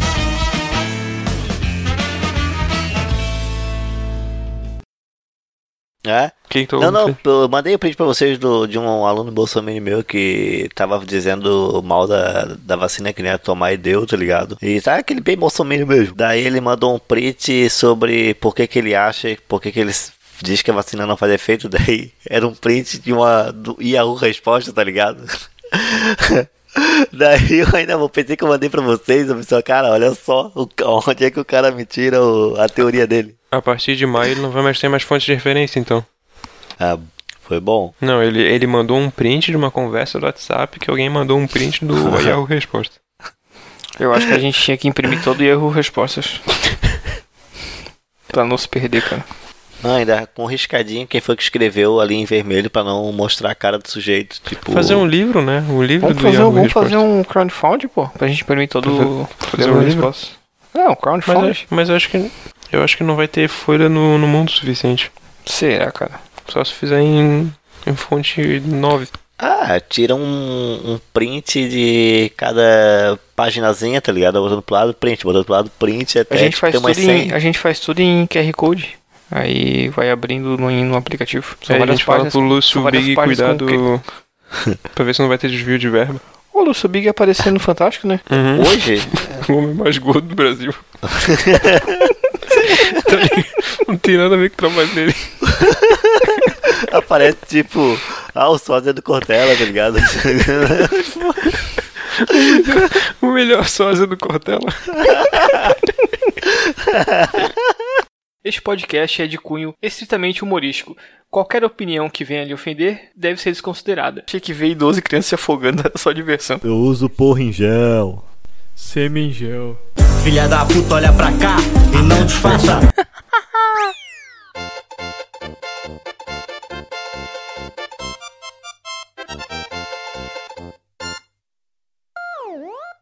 Speaker 7: É?
Speaker 8: Quem que tá
Speaker 7: Não,
Speaker 8: ouvindo?
Speaker 7: não, eu mandei o print pra vocês do, de um aluno bolsominion meu que tava dizendo mal da, da vacina que ele ia tomar e deu, tá ligado? E tá aquele bem bolsominion mesmo. Daí ele mandou um print sobre por que que ele acha, por que que ele s- diz que a vacina não faz efeito, daí era um print de uma do Yahoo Resposta, tá ligado? Daí eu ainda vou pensei que eu mandei pra vocês, eu pensei, cara, olha só o ca- onde é que o cara me tira o- a teoria dele.
Speaker 8: A partir de maio ele não vai mais ter mais fonte de referência, então.
Speaker 7: Ah, foi bom.
Speaker 8: Não, ele, ele mandou um print de uma conversa do WhatsApp que alguém mandou um print do Yahoo Resposta.
Speaker 2: Eu acho que a gente tinha que imprimir todo o erro respostas. pra não se perder, cara.
Speaker 7: Não, ainda com um riscadinho quem foi que escreveu ali em vermelho pra não mostrar a cara do sujeito. Tipo,
Speaker 8: Fazer um livro, né? O livro
Speaker 2: Vamos
Speaker 8: do
Speaker 2: fazer,
Speaker 8: Yahoo
Speaker 2: um, vamos
Speaker 8: Resposta.
Speaker 2: fazer um crowdfunding, pô, pra gente imprimir todo o
Speaker 8: fazer um livro?
Speaker 2: resposta. É, um crowdfunding.
Speaker 8: Mas, eu- mas eu acho que eu acho que não vai ter folha no, no mundo suficiente.
Speaker 2: Será, cara?
Speaker 8: Só se fizer em, em fonte 9.
Speaker 7: Ah, tira um, um print de cada paginazinha, tá ligado? Botando pro lado, print, botando pro lado, print,
Speaker 8: É,
Speaker 7: até
Speaker 2: A gente,
Speaker 8: tipo,
Speaker 2: faz
Speaker 7: ter
Speaker 2: tudo
Speaker 7: umas
Speaker 2: em,
Speaker 7: 100.
Speaker 2: a gente faz tudo em QR Code. Aí vai abrindo no, no aplicativo. São
Speaker 8: Aí É, a
Speaker 2: várias
Speaker 8: gente fala
Speaker 2: páginas.
Speaker 8: pro Lúcio
Speaker 2: são várias
Speaker 8: Big cuidar
Speaker 2: páginas com
Speaker 8: do. pra ver se não vai ter desvio de verba.
Speaker 2: Ô, Lúcio Big aparecendo no Fantástico, né?
Speaker 8: Uhum.
Speaker 7: Hoje?
Speaker 8: O homem mais gordo do Brasil. Tá ligado? não tem nada a ver com o trabalho dele.
Speaker 7: Aparece tipo, ah, o sósia do Cortella, tá ligado?
Speaker 8: O melhor sósia do Cortella.
Speaker 2: Este podcast é de cunho estritamente humorístico. Qualquer opinião que venha lhe ofender deve ser desconsiderada. Achei que veio 12 crianças se afogando, era só diversão.
Speaker 6: Eu uso porra em gel.
Speaker 5: Semingel.
Speaker 6: Filha da puta, olha pra cá e não disfarça.